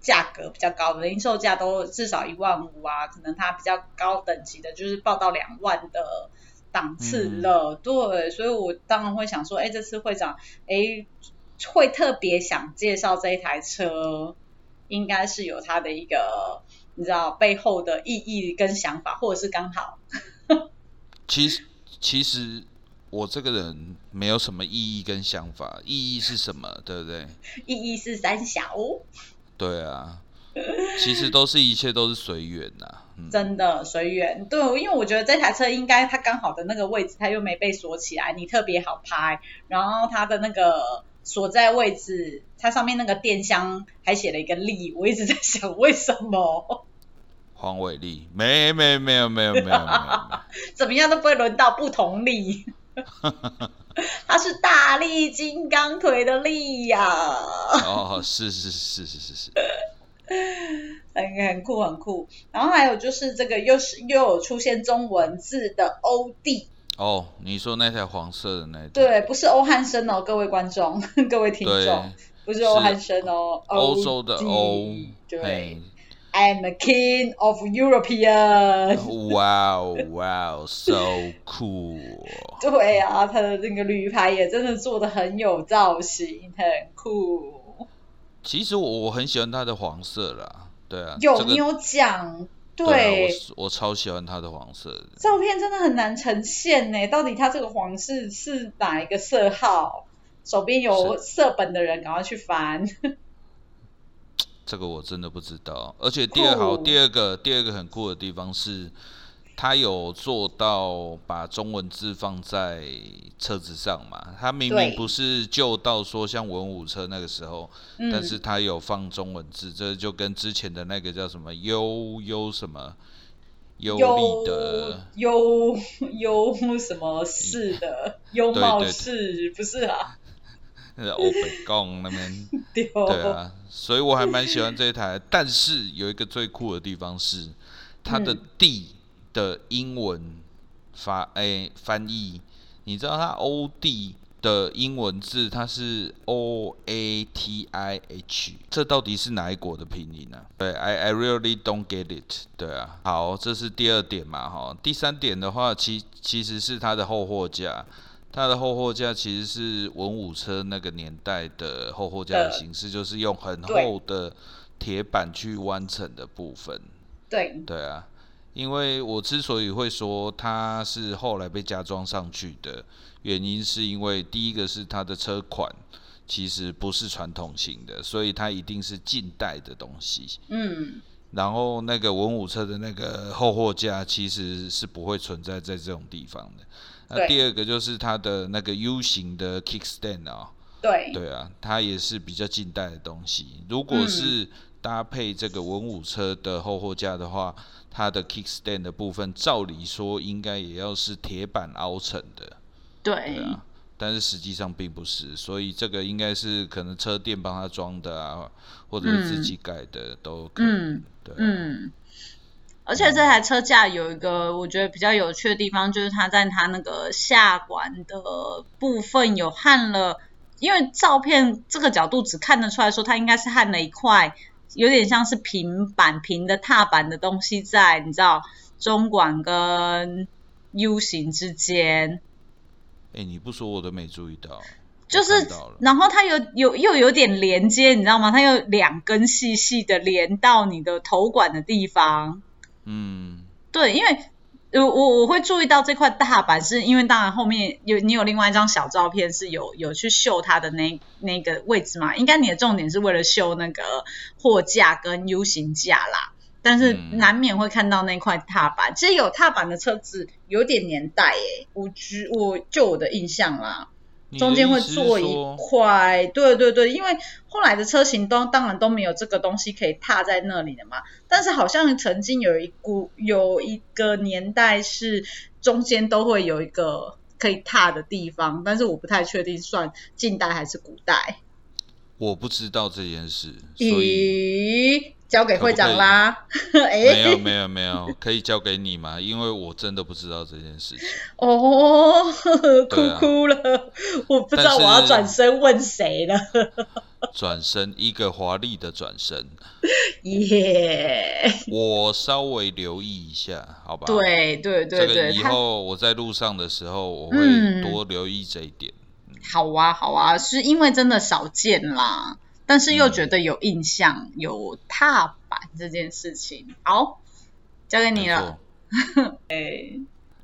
Speaker 1: 价格比较高的，零售价都至少一万五啊，可能它比较高等级的，就是报到两万的档次了。对，所以我当然会想说，哎，这次会长，哎，会特别想介绍这一台车，应该是有它的一个。你知道背后的意义跟想法，或者是刚好
Speaker 2: 其实，其实我这个人没有什么意义跟想法，意义是什么，对不对？
Speaker 1: 意义是三小，
Speaker 2: 对啊，其实都是一切都是随缘呐。嗯，
Speaker 1: 真的随缘。对，因为我觉得这台车应该它刚好的那个位置，它又没被锁起来，你特别好拍。然后它的那个所在位置，它上面那个电箱还写了一个力，我一直在想为什么
Speaker 2: 黄伟丽没没没有没有没有没有没有，
Speaker 1: 怎么样都不会轮到不同力。 它是大力金刚腿的力呀、
Speaker 2: 哦，是是是是是是，
Speaker 1: 很很酷很酷。然后还有就是这个又是又有出现中文字的欧弟，
Speaker 2: 哦，你说那台黄色的那台，
Speaker 1: 对，不是欧汉生哦，各位观众、 各位听众
Speaker 2: 对，，
Speaker 1: 不是欧汉生哦，
Speaker 2: 欧洲的
Speaker 1: 弟
Speaker 2: 欧，
Speaker 1: 对
Speaker 2: 嘿，
Speaker 1: ，I'm the king of European。
Speaker 2: 哇哦哇哦，so cool，
Speaker 1: 对啊，他的那个旅牌也真的做的很有造型，很酷。
Speaker 2: 其实我我很喜欢它的黄色啦，对啊，
Speaker 1: 有、
Speaker 2: 这个
Speaker 1: 你有讲，对，
Speaker 2: 对啊我我超喜欢它的黄色的，
Speaker 1: 照片真的很难呈现呢，到底它这个黄是是哪一个色号？手边有色本的人，赶快去翻。
Speaker 2: 这个我真的不知道。而且第二好，
Speaker 1: 酷
Speaker 2: 第二个第二个很酷的地方是，它有做到把中文字放在车子上嘛。它明明
Speaker 1: 对
Speaker 2: 不是旧到说像文武车那个时候，
Speaker 1: 嗯，
Speaker 2: 但是它有放中文字，这就跟之前的那个叫什么优优什么优
Speaker 1: 优
Speaker 2: 利的。
Speaker 1: 优优什么市的优
Speaker 2: 对
Speaker 1: 貌
Speaker 2: 对
Speaker 1: 市不是啊？
Speaker 2: 那个欧北贡那边，
Speaker 1: 丢
Speaker 2: 对啊，所以我还蛮喜欢这一台。但是有一个最酷的地方是，它的
Speaker 1: 嗯
Speaker 2: 地的英文发诶、翻译，你知道它欧地的英文字它是 O A T I H，这到底是哪一国的拼音呢、对，I I really don't get it。对啊，好，这是第二点嘛哈。第三点的话，其其实是它的后货架。它的后货架其实是文武车那个年代的后货架的
Speaker 1: 的
Speaker 2: 形式，就是用很
Speaker 1: 对
Speaker 2: 厚的铁板去弯成的部分。
Speaker 1: 对，
Speaker 2: 对啊，因为我之所以会说它是后来被加装上去的原因，是因为第一个是它的车款其实不是传统型的，所以它一定是近代的东西。
Speaker 1: 嗯，
Speaker 2: 然后那个文武车的那个后货架其实是不会存在在这种地方的。那
Speaker 1: 对
Speaker 2: 第二个就是它的那个 U 型的 kickstand 啊、
Speaker 1: 对，
Speaker 2: 对啊，它也是比较近代的东西。如
Speaker 1: 嗯
Speaker 2: 果是搭配这个文武车的后货架的话，它的 kickstand 的部分，照理说应该也要是铁板凹成的，对
Speaker 1: 对，
Speaker 2: 啊。但是实际上并不是，所以这个应该是可能车店帮他装的啊，或者是自
Speaker 1: 嗯
Speaker 2: 己改的、都可能。
Speaker 1: 嗯
Speaker 2: 对啊、
Speaker 1: 嗯。而且这台车架有一个我觉得比较有趣的地方，就是它在它那个下管的部分有焊了，因为照片这个角度只看得出来说它应该是焊了一块有点像是平板平的踏板的东西在，你知道中管跟 U 型之间，
Speaker 2: 哎、你不说我都没注意到，
Speaker 1: 就
Speaker 2: 我
Speaker 1: 是
Speaker 2: 看到了，
Speaker 1: 然后它有有又有点连接，你知道吗？它有两根细细的连到你的头管的地方。
Speaker 2: 嗯，
Speaker 1: 对，因为呃我我会注意到这块大板，是因为当然后面有你有另外一张小照片是有有去秀它的那那个位置嘛，应该你的重点是为了秀那个货架跟 U 型架啦。但是
Speaker 2: 嗯
Speaker 1: 难免会看到那块踏板，其实有踏板的车子有点年代诶、我觉我就我的印象啦，
Speaker 2: 你
Speaker 1: 中
Speaker 2: 的
Speaker 1: 间
Speaker 2: 意
Speaker 1: 会
Speaker 2: 思是
Speaker 1: 做一
Speaker 2: 说
Speaker 1: 块，对对对，因为后来的车型都当然都没有这个东西可以踏在那里的嘛。但是好像曾经有一股有一个年代是中间都会有一个可以踏的地方，但是我不太确定算近代还是古代。
Speaker 2: 我不知道这件事，所以
Speaker 1: 咦，交给会长啦。哎
Speaker 2: 没，有没有没有，可以交给你吗？因为我真的不知道这件事情。
Speaker 1: 哦，呵呵
Speaker 2: 对
Speaker 1: 哭
Speaker 2: 啊
Speaker 1: 哭了，我不知道
Speaker 2: 但是
Speaker 1: 我要转身问谁了。
Speaker 2: 转身，一个华丽的转身，
Speaker 1: 耶，
Speaker 2: 我稍微留意一下，好吧？，
Speaker 1: 对对对
Speaker 2: 这个
Speaker 1: 对，
Speaker 2: 以
Speaker 1: 他
Speaker 2: 后我在路上的时候，我会
Speaker 1: 嗯
Speaker 2: 多留意这一点。
Speaker 1: 好啊，好啊，是因为真的少见啦，但是又觉得有印
Speaker 2: 嗯
Speaker 1: 象，有踏板这件事情。好，交给你
Speaker 2: 没
Speaker 1: 了
Speaker 2: 错。。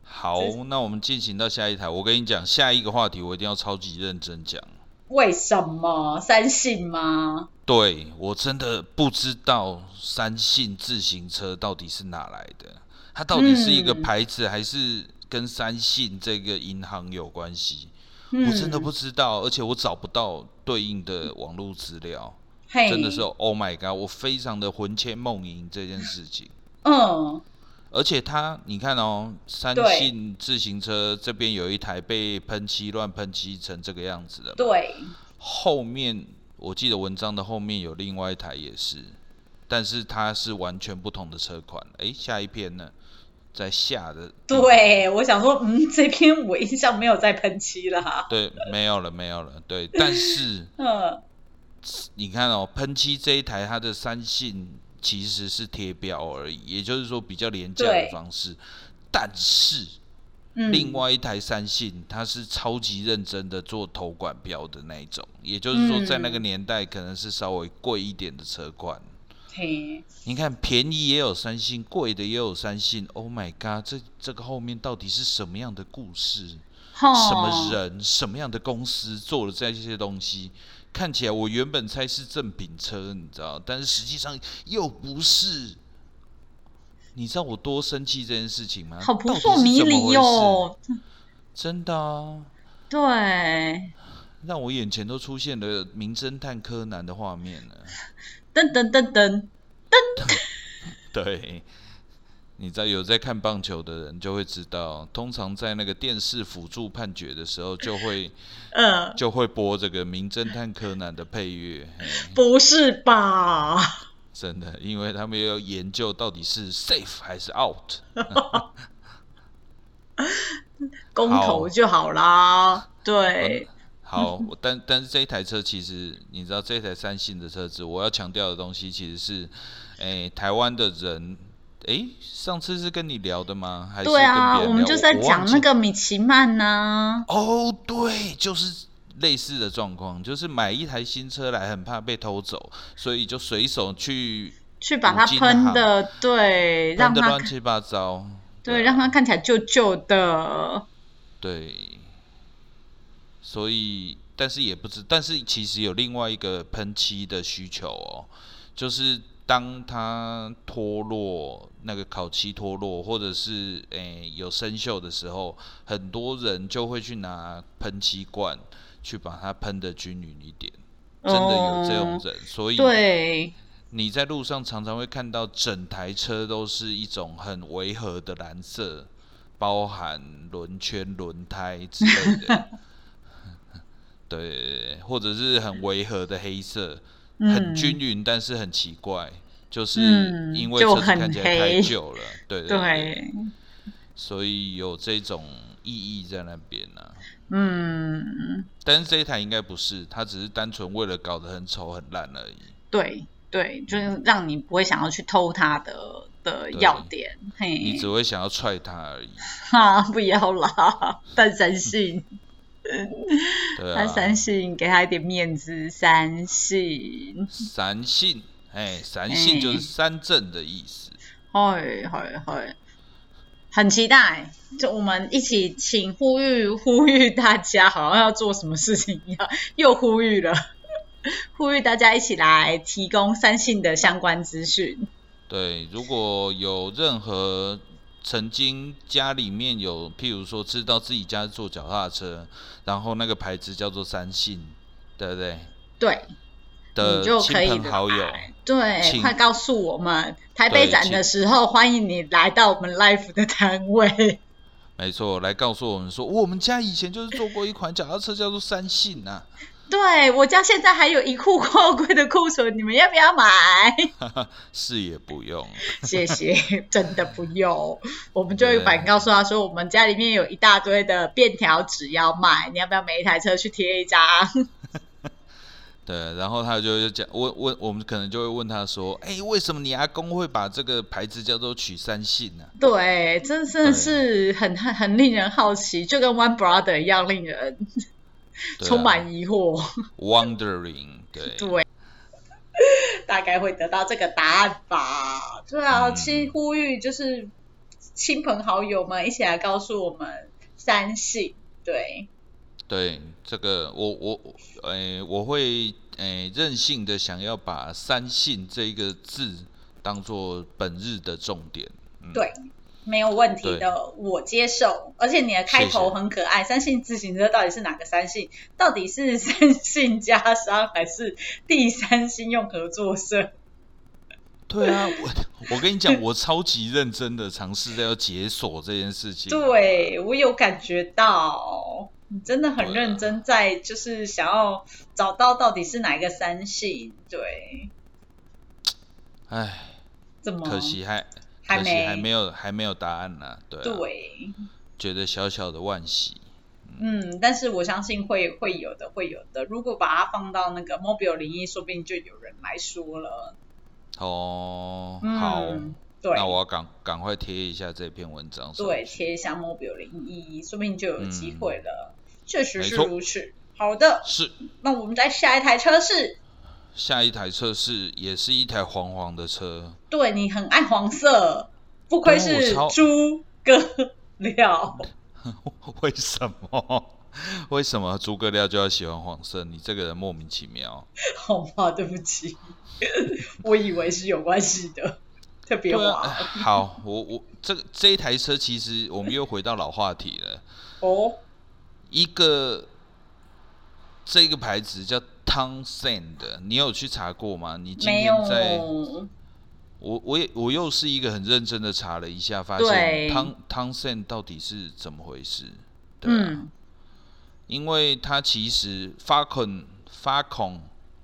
Speaker 2: 好，那我们进行到下一台。我跟你讲，下一个话题我一定要超级认真讲。
Speaker 1: 为什么三性吗？
Speaker 2: 对我真的不知道三性自行车到底是哪来的，它到底是一个
Speaker 1: 嗯
Speaker 2: 牌子，还是跟三信这个银行有关
Speaker 1: 嗯
Speaker 2: 系？我真的不知道，而且我找不到对应的网络资料，
Speaker 1: 嘿，
Speaker 2: 真的是 Oh my God！我非常的魂牵梦萦这件事情。
Speaker 1: 嗯，
Speaker 2: 而且它，你看哦，三
Speaker 1: 对
Speaker 2: 信自行车这边有一台被喷漆乱喷漆成这个样子的，，
Speaker 1: 对，
Speaker 2: 后面我记得文章的后面有另外一台也是，但是它是完全不同的车款。诶，下一篇呢，在下的
Speaker 1: 对，我想说，嗯，这篇我印象没有在喷漆啦。
Speaker 2: 对，没有了，没有了。对，但是
Speaker 1: 嗯，
Speaker 2: 你看哦，喷漆这一台它的三性其实是贴标而已，也就是说比较廉价的
Speaker 1: 对
Speaker 2: 方式。但是
Speaker 1: 嗯
Speaker 2: 另，外一台三信，它是超级认真的做头管标的那一种，也就是说在那个年代可能是稍微贵一点的车款。
Speaker 1: 嘿，
Speaker 2: 你看，便宜也有三星，贵的也有三星。Oh my god，这这个后面到底是什么样的故事？
Speaker 1: 哦
Speaker 2: 什么
Speaker 1: 人？
Speaker 2: 人、什么样的公司做了这些东西？看起来我原本猜是正品车，你知道，但是实际上又不是。你知道我多生气这件事情吗？
Speaker 1: 哦好扑
Speaker 2: 到底
Speaker 1: 朔
Speaker 2: 是
Speaker 1: 迷
Speaker 2: 怎么
Speaker 1: 离
Speaker 2: 回事！
Speaker 1: 哦。
Speaker 2: 真的啊，
Speaker 1: 对，
Speaker 2: 让我眼前都出现了名侦探柯南的画面了。
Speaker 1: 噔噔噔噔，
Speaker 2: 对，你知道有在看棒球的人就会知道，通常在那个电视辅助判决的时候，就会
Speaker 1: 呃，
Speaker 2: 就会播这个《名侦探柯南》的配乐，嘿
Speaker 1: 不是吧？
Speaker 2: 真的，因为他们要研究到底是 safe 还是 out。
Speaker 1: 公投就好啦。对，
Speaker 2: 嗯好，我但但是这一台车其实，你知道这一台三星的车子，我要强调的东西其实是，诶、台湾的人，诶、上次是跟你聊的吗？还是
Speaker 1: 对啊，
Speaker 2: 跟别人
Speaker 1: 我们
Speaker 2: 聊
Speaker 1: 就是在
Speaker 2: 忘
Speaker 1: 讲
Speaker 2: 记
Speaker 1: 那个米奇曼啊呐、
Speaker 2: 哦，对，就是类似的状况，就是买一台新车来，很怕被偷走，所以就随手去
Speaker 1: 去把它
Speaker 2: 五金
Speaker 1: 喷
Speaker 2: 行
Speaker 1: 的，对，
Speaker 2: 啊喷
Speaker 1: 让
Speaker 2: 的
Speaker 1: 它
Speaker 2: 乱七八糟。
Speaker 1: 对，
Speaker 2: 啊
Speaker 1: 让它看起来旧旧的。
Speaker 2: 对，所以但是也不知，但是其实有另外一个喷漆的需求哦，就是当它脱落那个烤漆脱落，或者是诶、有生锈的时候，很多人就会去拿喷漆罐去把它喷的均匀一点。真的有这种
Speaker 1: 哦
Speaker 2: 人，所以
Speaker 1: 对，
Speaker 2: 你在路上常常会看到整台车都是一种很违和的蓝色，包含轮圈、轮胎之类 的。对，或者是很违和的黑色，很
Speaker 1: 嗯
Speaker 2: 均匀，但是很奇怪，就是
Speaker 1: 嗯
Speaker 2: 因为
Speaker 1: 就
Speaker 2: 车子
Speaker 1: 很
Speaker 2: 看起来太
Speaker 1: 黑
Speaker 2: 旧了，对对对，
Speaker 1: 对，
Speaker 2: 所以有这种意义在那边呢、啊。
Speaker 1: 嗯，
Speaker 2: 但是这一台应该不是，它只是单纯为了搞得很丑很烂而已。
Speaker 1: 对对，就是让你不会想要去偷它的的
Speaker 2: 对
Speaker 1: 要点。嘿
Speaker 2: 你，只会想要踹它而已。
Speaker 1: 哈、不要啦， 但三信，
Speaker 2: 对啊，
Speaker 1: 但三信，给他一点面子，三信，
Speaker 2: 三信，哎，三信就是三正的意思。
Speaker 1: 嘿嘿嘿，很期待。就我们一起，请呼吁呼吁大家，好像要做什么事情一样，又呼吁了， 呼吁大家一起来提供三信的相关资讯。
Speaker 2: 对，如果有任何曾经家里面有，譬如说知道自己家做脚踏车，然后那个牌子叫做三信，对不对？
Speaker 1: 对，
Speaker 2: 的
Speaker 1: 你就
Speaker 2: 亲
Speaker 1: 可以
Speaker 2: 朋好友，
Speaker 1: 来对，
Speaker 2: 请
Speaker 1: 快告诉我们台北展的时候，欢迎你来到我们 Life 的摊 位。
Speaker 2: 没错，来告诉我们说，我们家以前就是做过一款脚踏车叫做三啊信呐、
Speaker 1: 对我家现在还有一库货柜的库存，你们要不要买？
Speaker 2: 是也不用，啊
Speaker 1: 谢谢，真的不用。我们就会
Speaker 2: 对
Speaker 1: 反告诉他说，我们家里面有一大堆的便条纸要卖，你要不要每一台车去贴一张？
Speaker 2: 对，然后他就会讲，问问我们可能就会问他说，哎，为什么你阿公会把这个牌子叫做取三信呢、
Speaker 1: 对，真真的
Speaker 2: 对
Speaker 1: 是很很很令人好奇，就跟 One Brother 一样，令人
Speaker 2: 对啊
Speaker 1: 充满疑惑。
Speaker 2: wondering，对，
Speaker 1: 对，啊大概会得到这个答案吧。对啊，
Speaker 2: 嗯
Speaker 1: 其实呼吁就是亲朋好友们一起来告诉我们三系。对，
Speaker 2: 哎对，这个我我诶、我会诶、任性的想要把“三性”这一个字当做本日的重点。嗯、
Speaker 1: 对没有问题的，我接受。而且你的开头
Speaker 2: 谢谢
Speaker 1: 很可爱，三性自行车到底是哪个三性？到底是 三性加商还是第三信用合作社？
Speaker 2: 对啊，我我跟你讲，我超级认真的尝试着要解锁这件事情。
Speaker 1: 对我有感觉到，你真的很
Speaker 2: 对啊
Speaker 1: 认真，在就是想要找到到底是哪一个三性。对，
Speaker 2: 唉，
Speaker 1: 怎么
Speaker 2: 可惜还
Speaker 1: 还
Speaker 2: 可惜
Speaker 1: 没
Speaker 2: 还没有还没有答案呢、对、啊，
Speaker 1: 对，
Speaker 2: 觉得小小的惋惜。
Speaker 1: 嗯，但是我相信会会有的，会有的。如果把它放到那个 Mobile 零一，说不定就有人来说了。
Speaker 2: 哦，
Speaker 1: 嗯，
Speaker 2: 好，
Speaker 1: 对，
Speaker 2: 那我要赶赶快贴一下这篇文章。
Speaker 1: 对，，贴一下 Mobile 零一，说不定就有机会了。确实是
Speaker 2: 嗯没错
Speaker 1: 如此。好的，
Speaker 2: 是
Speaker 1: 那我们再下一台车是，
Speaker 2: 下一台车是也是一台黄黄的车，
Speaker 1: 对你很爱黄色，不愧是
Speaker 2: 哦我超
Speaker 1: 诸葛亮。
Speaker 2: 为什么？ 为什么诸葛亮就要喜欢黄色？你这个人莫名其妙。
Speaker 1: 好吧，对不起，我以为是有关系的，特别
Speaker 2: 对啊，
Speaker 1: 滑、
Speaker 2: 好，我我这个这一台车其实我们又回到老话题了，
Speaker 1: 哦。
Speaker 2: 一个这个牌子叫 Townsend，的你有去查过吗？你今
Speaker 1: 没
Speaker 2: 天在啊
Speaker 1: 有，
Speaker 2: 我我也我又是一个很认真的查了一下，发
Speaker 1: 对
Speaker 2: 现汤汤森到底是怎么回事？对、啊，
Speaker 1: 嗯，
Speaker 2: 因为它其实发孔发孔，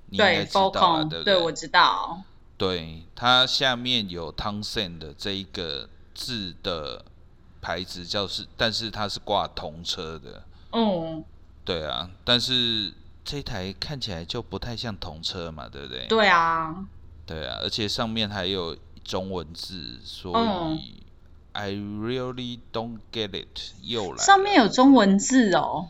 Speaker 2: 你应该
Speaker 1: 对，
Speaker 2: 知道啊，
Speaker 1: 空，
Speaker 2: 对不
Speaker 1: 我知道，
Speaker 2: 对，它下面有汤森的这一个字的牌子叫是，但是它是挂同车的，
Speaker 1: 嗯，
Speaker 2: 对啊，但是这台看起来就不太像同车嘛，对不对？
Speaker 1: 对啊，
Speaker 2: 对啊，而且上面还有中文字，所以、
Speaker 1: 嗯
Speaker 2: I really don't get it。又来了
Speaker 1: 上面有中文字哦，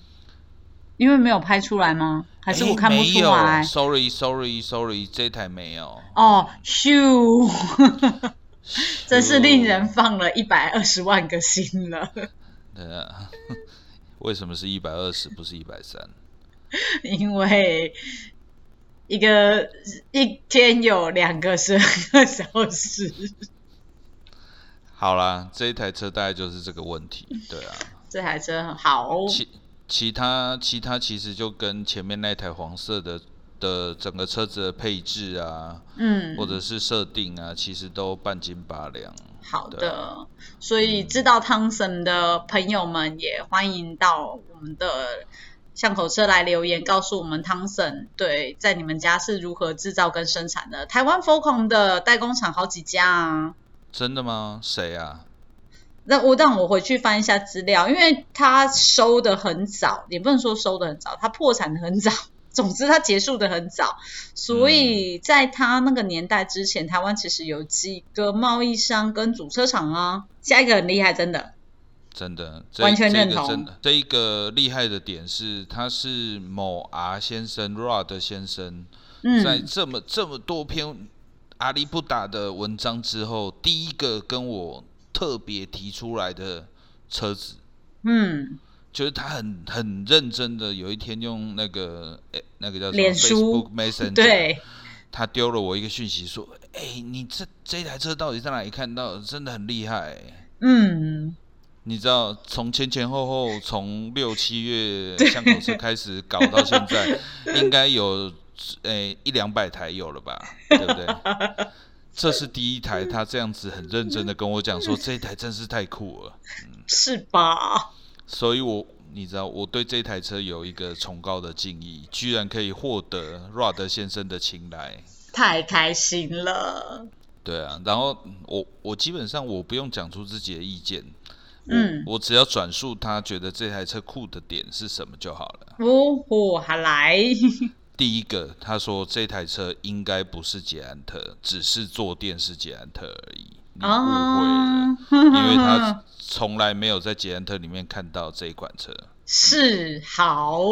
Speaker 1: 因为没有拍出来吗？还是
Speaker 2: 诶
Speaker 1: 我看不出
Speaker 2: 没有
Speaker 1: 来？
Speaker 2: ？Sorry，Sorry，Sorry，这台没有。
Speaker 1: 哦，咻，真是令人放了一百二十万个心了，
Speaker 2: 对啊， 为什么是一百二十，不是一百三？
Speaker 1: 因为一个一天有两个十二个小时，
Speaker 2: 好啦，这一台车大概就是这个问题。对啊，
Speaker 1: 这台车很好哦，
Speaker 2: 其其他其他其实就跟前面那台黄色的的整个车子的配置啊，
Speaker 1: 嗯，
Speaker 2: 或者是设定啊，其实都半斤八两。
Speaker 1: 好
Speaker 2: 对啊
Speaker 1: 的，所以知道汤森的朋友们也欢迎到我们的巷口车来留言，告诉我们汤森对在你们家是如何制造跟生产的。台湾 Focom 的代工厂好几家啊。
Speaker 2: 真的吗？谁啊？
Speaker 1: 那我让我回去翻一下资料，因为他收的很早，也不能说收的很早，他破产的很早。总之，他结束的很早，所
Speaker 2: 嗯
Speaker 1: 以在他那个年代之前，台湾其实有几个贸易商跟主车厂啊。下一个很厉害，真的，
Speaker 2: 真的，这
Speaker 1: 完全认
Speaker 2: 这个
Speaker 1: 同
Speaker 2: 真的，这一个厉害的点是，他是某 R 先生 Rod 先生，
Speaker 1: 嗯，
Speaker 2: 在这么这么多篇阿里不达的文章之后，第一个跟我特别提出来的车子，
Speaker 1: 嗯，
Speaker 2: 就是他很很认真的，有一天用那个诶、那个叫什么
Speaker 1: 脸书
Speaker 2: Facebook Messenger，
Speaker 1: 对，
Speaker 2: 他丢了我一个讯息说，哎、你这这台车到底在哪里看到的？真的很厉害、
Speaker 1: 嗯，
Speaker 2: 你知道，从前前后后，从六七月巷口车开始搞到现在，应该有诶、一两百台有了吧，对不对？这是第一台，他这样子很认真的跟我讲说，这一台真是太酷了，
Speaker 1: 是吧？
Speaker 2: 所以我你知道，我对这台车有一个崇高的敬意，居然可以获得 Rod 先生的青睐。
Speaker 1: 太开心了，
Speaker 2: 对啊，然后我我基本上我不用讲出自己的意见，我
Speaker 1: 嗯
Speaker 2: 我只要转述他觉得这台车酷的点是什么就好了。
Speaker 1: 哦，我还来，
Speaker 2: 第一个，他说这台车应该不是捷安特，只是坐垫是捷安特而已，你误会了，
Speaker 1: 啊，
Speaker 2: 因为他从来没有在捷安特里面看到这一款车。
Speaker 1: 是好，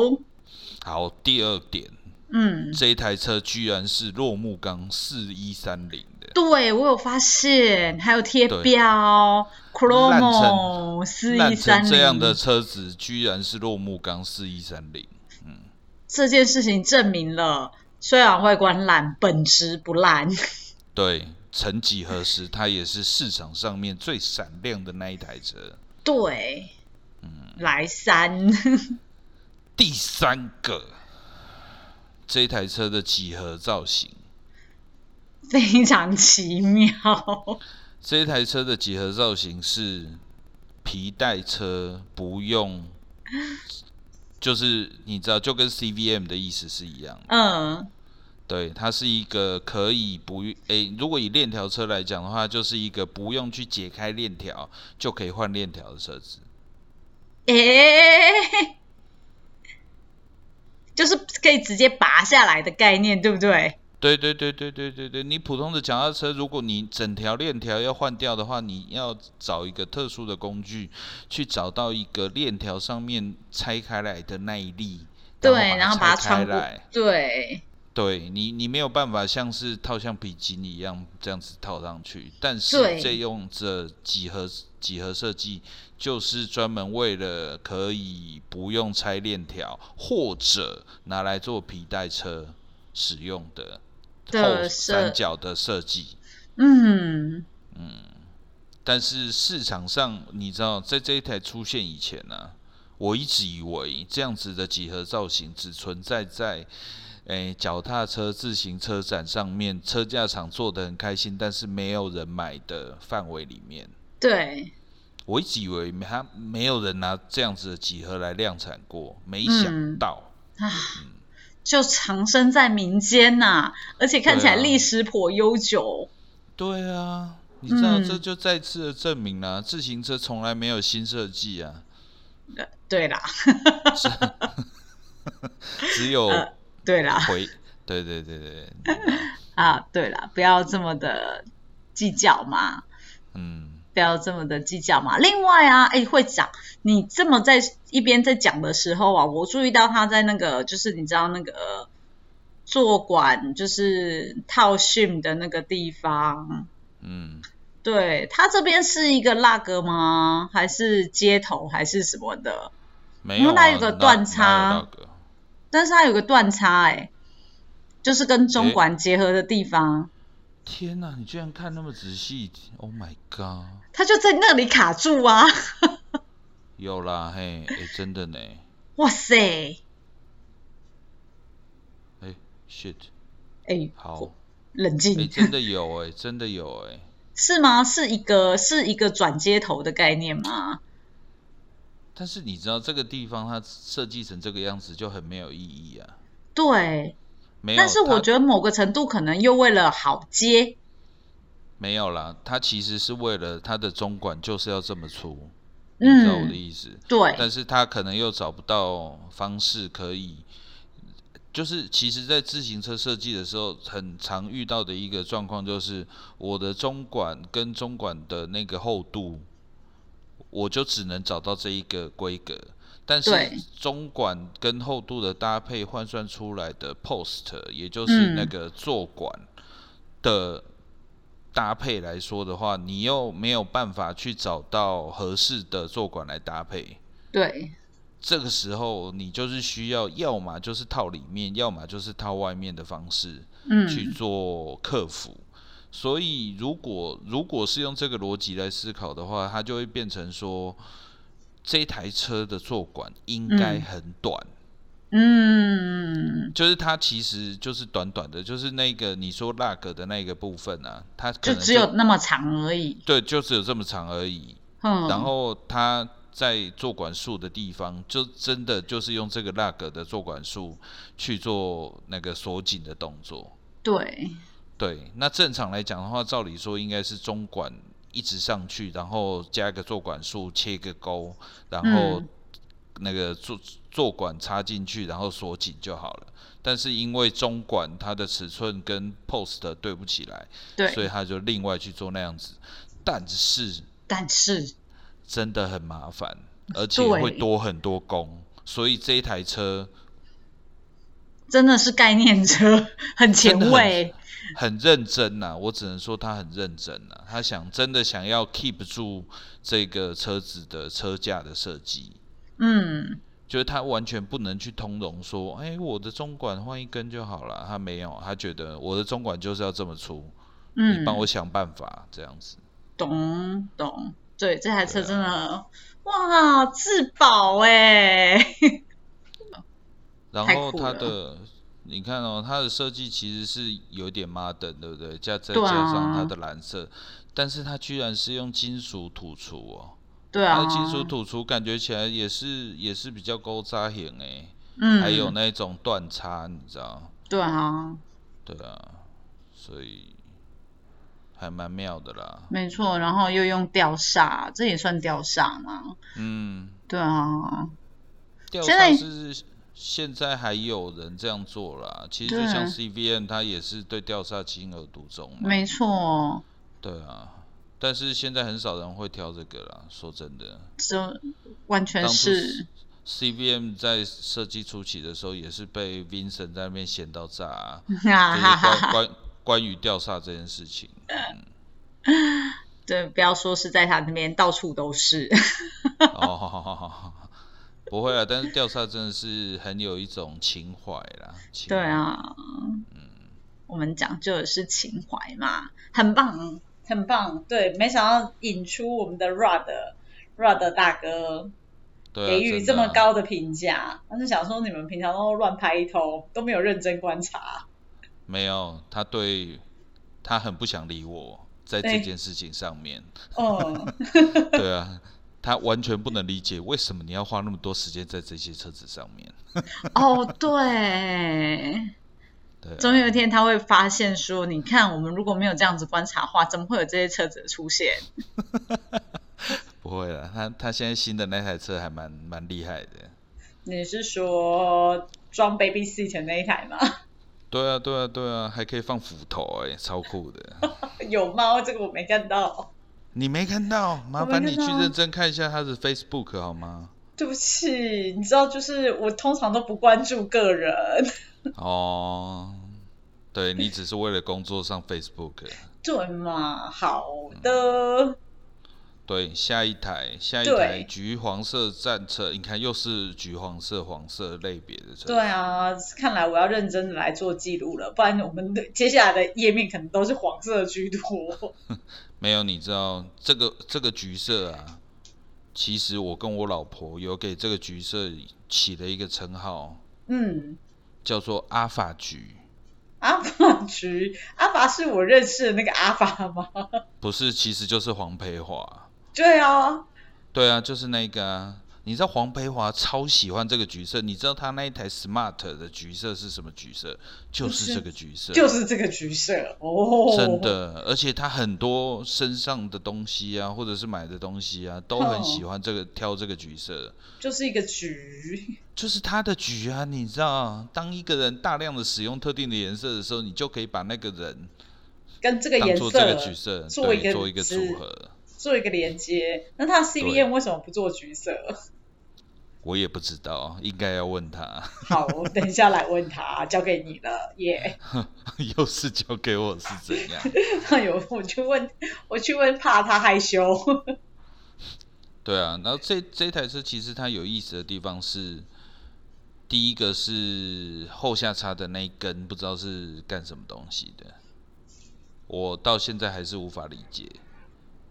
Speaker 2: 好，第二点，
Speaker 1: 嗯，
Speaker 2: 这一台车居然是落木钢四一三零的，
Speaker 1: 对我有发现，还有贴
Speaker 2: 对
Speaker 1: 标
Speaker 2: 烂成
Speaker 1: ，Chromo 四
Speaker 2: 烂
Speaker 1: 一三零
Speaker 2: 成这样的车子居然是落木钢四一三零。
Speaker 1: 这件事情证明了，虽然外观烂，本质不烂。
Speaker 2: 对，曾几何时，它也是市场上面最闪亮的那一台车。
Speaker 1: 对，嗯，来三，
Speaker 2: 第三个，这一台车的几何造型，
Speaker 1: 非常奇妙。
Speaker 2: 这一台车的几何造型是皮带车，不用，就是你知道，就跟 CVM 的意思是一样的。
Speaker 1: 嗯，
Speaker 2: 对，它是一个可以不诶、如果以链条车来讲的话，就是一个不用去解开链条就可以换链条的车子。
Speaker 1: 诶、就是可以直接拔下来的概念，对不对？
Speaker 2: 对对对对对对对，你普通的脚踏车，如果你整条链条要换掉的话，你要找一个特殊的工具，去找到一个链条上面拆开来的那一粒，
Speaker 1: 对，然
Speaker 2: 然
Speaker 1: 后把它
Speaker 2: 拆开
Speaker 1: 穿过
Speaker 2: 来。，
Speaker 1: 对，
Speaker 2: 对你，你没有办法像是套像比基尼一样这样子套上去，但是
Speaker 1: 对
Speaker 2: 这用这几何几何设计，就是专门为了可以不用拆链条，或者拿来做皮带车使用的
Speaker 1: 的
Speaker 2: 后
Speaker 1: 设
Speaker 2: 三角的设计。
Speaker 1: 嗯，
Speaker 2: 但是市场上，你知道，在这一台出现以前呢、我一直以为这样子的几何造型只存在在，诶、脚踏车、自行车展上面，车架厂做的很开心，但是没有人买的范围里面。
Speaker 1: 对，
Speaker 2: 我一直以为它没有人拿这样子的几何来量产过，没
Speaker 1: 嗯
Speaker 2: 想到，
Speaker 1: 就藏身在民间呐、而且看起来
Speaker 2: 对啊
Speaker 1: 历史颇悠久。
Speaker 2: 对啊，你知道，
Speaker 1: 嗯
Speaker 2: 这就再次的证明了、自行车从来没有新设计啊。
Speaker 1: 对啦，
Speaker 2: 只有
Speaker 1: 呃对啦，
Speaker 2: 回， 对对对对，
Speaker 1: 啊，对啦，不要这么的计较嘛，
Speaker 2: 嗯，
Speaker 1: 不要这么的计较嘛。另外啊，哎，会长，你这么在一边在讲的时候啊，我注意到他在那个，就是你知道那个坐馆，就是套训的那个地方，
Speaker 2: 嗯，
Speaker 1: 对他这边是一个那个吗？还是街头还是什么的？
Speaker 2: 没有、啊，
Speaker 1: 那有个断差
Speaker 2: 哪有那个
Speaker 1: 但是它有个断差、哎，就是跟中管结合的地方，
Speaker 2: 天哪、你居然看那么仔细！Oh my god，
Speaker 1: 它就在那里卡住啊！
Speaker 2: 有啦，嘿，哎、真的呢，
Speaker 1: 哇塞，
Speaker 2: 哎、shit，
Speaker 1: 哎、
Speaker 2: 好，
Speaker 1: 冷
Speaker 2: 哎、
Speaker 1: 静，
Speaker 2: 真的有、哎，真的有、哎，
Speaker 1: 是吗？是一个是一个转接头的概念吗？
Speaker 2: 但是你知道这个地方它设计成这个样子就很没有意义啊，
Speaker 1: 对，
Speaker 2: 没有，
Speaker 1: 但是我
Speaker 2: 它
Speaker 1: 觉得某个程度可能又为了好接，
Speaker 2: 没有啦，它其实是为了它的中管就是要这么粗，你知道我的
Speaker 1: 嗯，
Speaker 2: 意思？
Speaker 1: 对，
Speaker 2: 但是他可能又找不到方式可以，就是其实，在自行车设计的时候，很常遇到的一个状况就是，我的中管跟中管的那个厚度，我就只能找到这一个规格，但是
Speaker 1: 对
Speaker 2: 中管跟厚度的搭配换算出来的 post，也就是那
Speaker 1: 嗯
Speaker 2: 个坐管的搭配来说的话，你又没有办法去找到合适的坐管来搭配。
Speaker 1: 对，
Speaker 2: 这个时候，你就是需要，要么就是套里面，要么就是套外面的方式去
Speaker 1: 嗯，
Speaker 2: 做克服。所以，如果如果是用这个逻辑来思考的话，它就会变成说，这台车的坐管应该
Speaker 1: 嗯
Speaker 2: 很短，
Speaker 1: 嗯，
Speaker 2: 就是它其实就是短短的，就是那个你说 lug 的那个部分啊，它可
Speaker 1: 就
Speaker 2: 能
Speaker 1: 只有那么长而已，
Speaker 2: 对，就只有这么长而已。
Speaker 1: 嗯，
Speaker 2: 然后他在做管束的地方，就真的就是用这个 lug 的做管束去做那个锁紧的动作。
Speaker 1: 对，
Speaker 2: 对，那正常来讲的话，照理说应该是中管一直上去，然后加一个做管束，切一个钩，然后
Speaker 1: 嗯
Speaker 2: 那个做做管插进去，然后锁紧就好了。但是因为中管它的尺寸跟 post 对不起来，所以
Speaker 1: 对，
Speaker 2: 他就另外去做那样子。但是
Speaker 1: 但是
Speaker 2: 真的很麻烦，而且
Speaker 1: 嗯对
Speaker 2: 会多很多工，所以这一台车
Speaker 1: 真的是概念车，很前
Speaker 2: 真的很
Speaker 1: 卫，
Speaker 2: 很认真呐、我只能说他很认真呐、他想真的想要 keep 住这个车子的车架的设计，
Speaker 1: 嗯，
Speaker 2: 就是他完全不能去通融说，哎、我的中管换一根就好了，他没有，他觉得我的中管就是要这么粗，
Speaker 1: 嗯，
Speaker 2: 你帮我想办法这样子。
Speaker 1: 懂懂，对，这台车
Speaker 2: 对啊
Speaker 1: 真的、哇自保哎、
Speaker 2: 然
Speaker 1: 太
Speaker 2: 后
Speaker 1: 酷
Speaker 2: 它
Speaker 1: 了
Speaker 2: 的，你看哦，它的设计其实是有点 modern，对不对？加再
Speaker 1: 对
Speaker 2: 加上它
Speaker 1: 啊
Speaker 2: 的蓝色，但是它居然是用金属土厨哦，
Speaker 1: 对
Speaker 2: 它
Speaker 1: 啊，
Speaker 2: 的金属土厨感觉起来也是也是比较勾扎型哎，
Speaker 1: 嗯，
Speaker 2: 还有那种断叉，你知道？
Speaker 1: 对啊，
Speaker 2: 对啊，所以还蛮妙的啦。
Speaker 1: 没错，然后又用吊煞，这也算吊煞吗？
Speaker 2: 嗯，
Speaker 1: 对啊，
Speaker 2: 吊
Speaker 1: 现在
Speaker 2: 上是现在还有人这样做啦，其实就
Speaker 1: 对嗯
Speaker 2: 像 CVN，它也是对吊煞情有独钟嘛。
Speaker 1: 没错，
Speaker 2: 对啊，但是现在很少人会挑这个啦。说真的，
Speaker 1: 这完全
Speaker 2: 当初
Speaker 1: 是
Speaker 2: CVM 在设计初期的时候，也是被 Vincent 在那边闲到炸、啊，就
Speaker 1: 啊
Speaker 2: 是
Speaker 1: 哈哈
Speaker 2: 关
Speaker 1: 哈，
Speaker 2: 关关于吊煞这件事情。嗯
Speaker 1: 对，不要说是在他那边到处都是，
Speaker 2: 哦，好好好好好不会啊，但是吊煞真的是很有一种情怀啦。情
Speaker 1: 对
Speaker 2: 怀，
Speaker 1: 啊，
Speaker 2: 嗯
Speaker 1: 我们讲究的是情怀嘛，很棒，很棒。对，没想到引出我们的 Rod Rod 大哥
Speaker 2: 对啊，
Speaker 1: 给予
Speaker 2: 真
Speaker 1: 这
Speaker 2: 的
Speaker 1: 么
Speaker 2: 啊。
Speaker 1: 高的评价，他就想说你们平常都乱拍一通，都没有认真观察。
Speaker 2: 没有，他对他很不想理我，在这
Speaker 1: 对
Speaker 2: 件事情上面。
Speaker 1: 嗯，
Speaker 2: 对啊，他完全不能理解为什么你要花那么多时间在这些车子上面。
Speaker 1: 哦，对，
Speaker 2: 对、啊，
Speaker 1: 总有一天他会发现说，你看我们如果没有这样子观察的话，怎么会有这些车子的出现？
Speaker 2: 不会了。他他现在新的那台车还蛮蛮厉害的。
Speaker 1: 你是说装 Baby Seat 那一台吗？
Speaker 2: 对啊，对啊，对啊，还可以放斧头哎、超酷 的！
Speaker 1: 有猫，这个我没看到，
Speaker 2: 你没看到？麻
Speaker 1: 我没
Speaker 2: 烦你
Speaker 1: 看
Speaker 2: 去
Speaker 1: 到啊
Speaker 2: 认真看一下他的 Facebook 好吗？
Speaker 1: 对不起，你知道，就是我通常都不关注个人，
Speaker 2: 哦，对你只是为了工作上 Facebook。
Speaker 1: 对嘛？好的，
Speaker 2: 对，下一台，下一
Speaker 1: 对
Speaker 2: 台橘黄色战车，你看又是橘黄色、黄色类别的车。
Speaker 1: 对啊，看来我要认真的来做记录了，不然我们的接下来的页面可能都是黄色居多。
Speaker 2: 没有，你知道这个这个橘色啊，其实我跟我老婆有给这个橘色起了一个称号，
Speaker 1: 嗯，
Speaker 2: 叫做阿法橘，
Speaker 1: 阿法局，阿法是我认识的那个阿法吗？
Speaker 2: 不是，其实就是黄培华。
Speaker 1: 对啊，
Speaker 2: 对啊，就是那个啊。你知道黄培华超喜欢这个橘色，你知道他那一台 Smart 的橘色是什么橘色？就是
Speaker 1: 是
Speaker 2: 这个橘色，
Speaker 1: 就是这个橘色哦，
Speaker 2: 真，的，而且他很多身上的东西啊，或者是买的东西啊，都很
Speaker 1: 哦
Speaker 2: 喜欢这个挑这个橘色，
Speaker 1: 就是一个橘，
Speaker 2: 就是他的局啊，你知道，当一个人大量的使用特定的颜色的时候，你就可以把那个人
Speaker 1: 跟这个
Speaker 2: 当
Speaker 1: 颜
Speaker 2: 做
Speaker 1: 色
Speaker 2: 这个橘色，
Speaker 1: 做一个
Speaker 2: 对，做一个
Speaker 1: 值
Speaker 2: 组合。
Speaker 1: 做一个连接。那它的 C B
Speaker 2: 对
Speaker 1: N 为什么不做橘色？
Speaker 2: 我也不知道，应该要问他，
Speaker 1: 好，我等一下来问他，交给你了，耶、
Speaker 2: 又是交给我是怎样？
Speaker 1: 那有哎我去问，我去问，怕他害羞。
Speaker 2: 对啊，然后这这台车其实它有意思的地方是，第一个是后下叉的那一根不知道是干什么东西的，我到现在还是无法理解。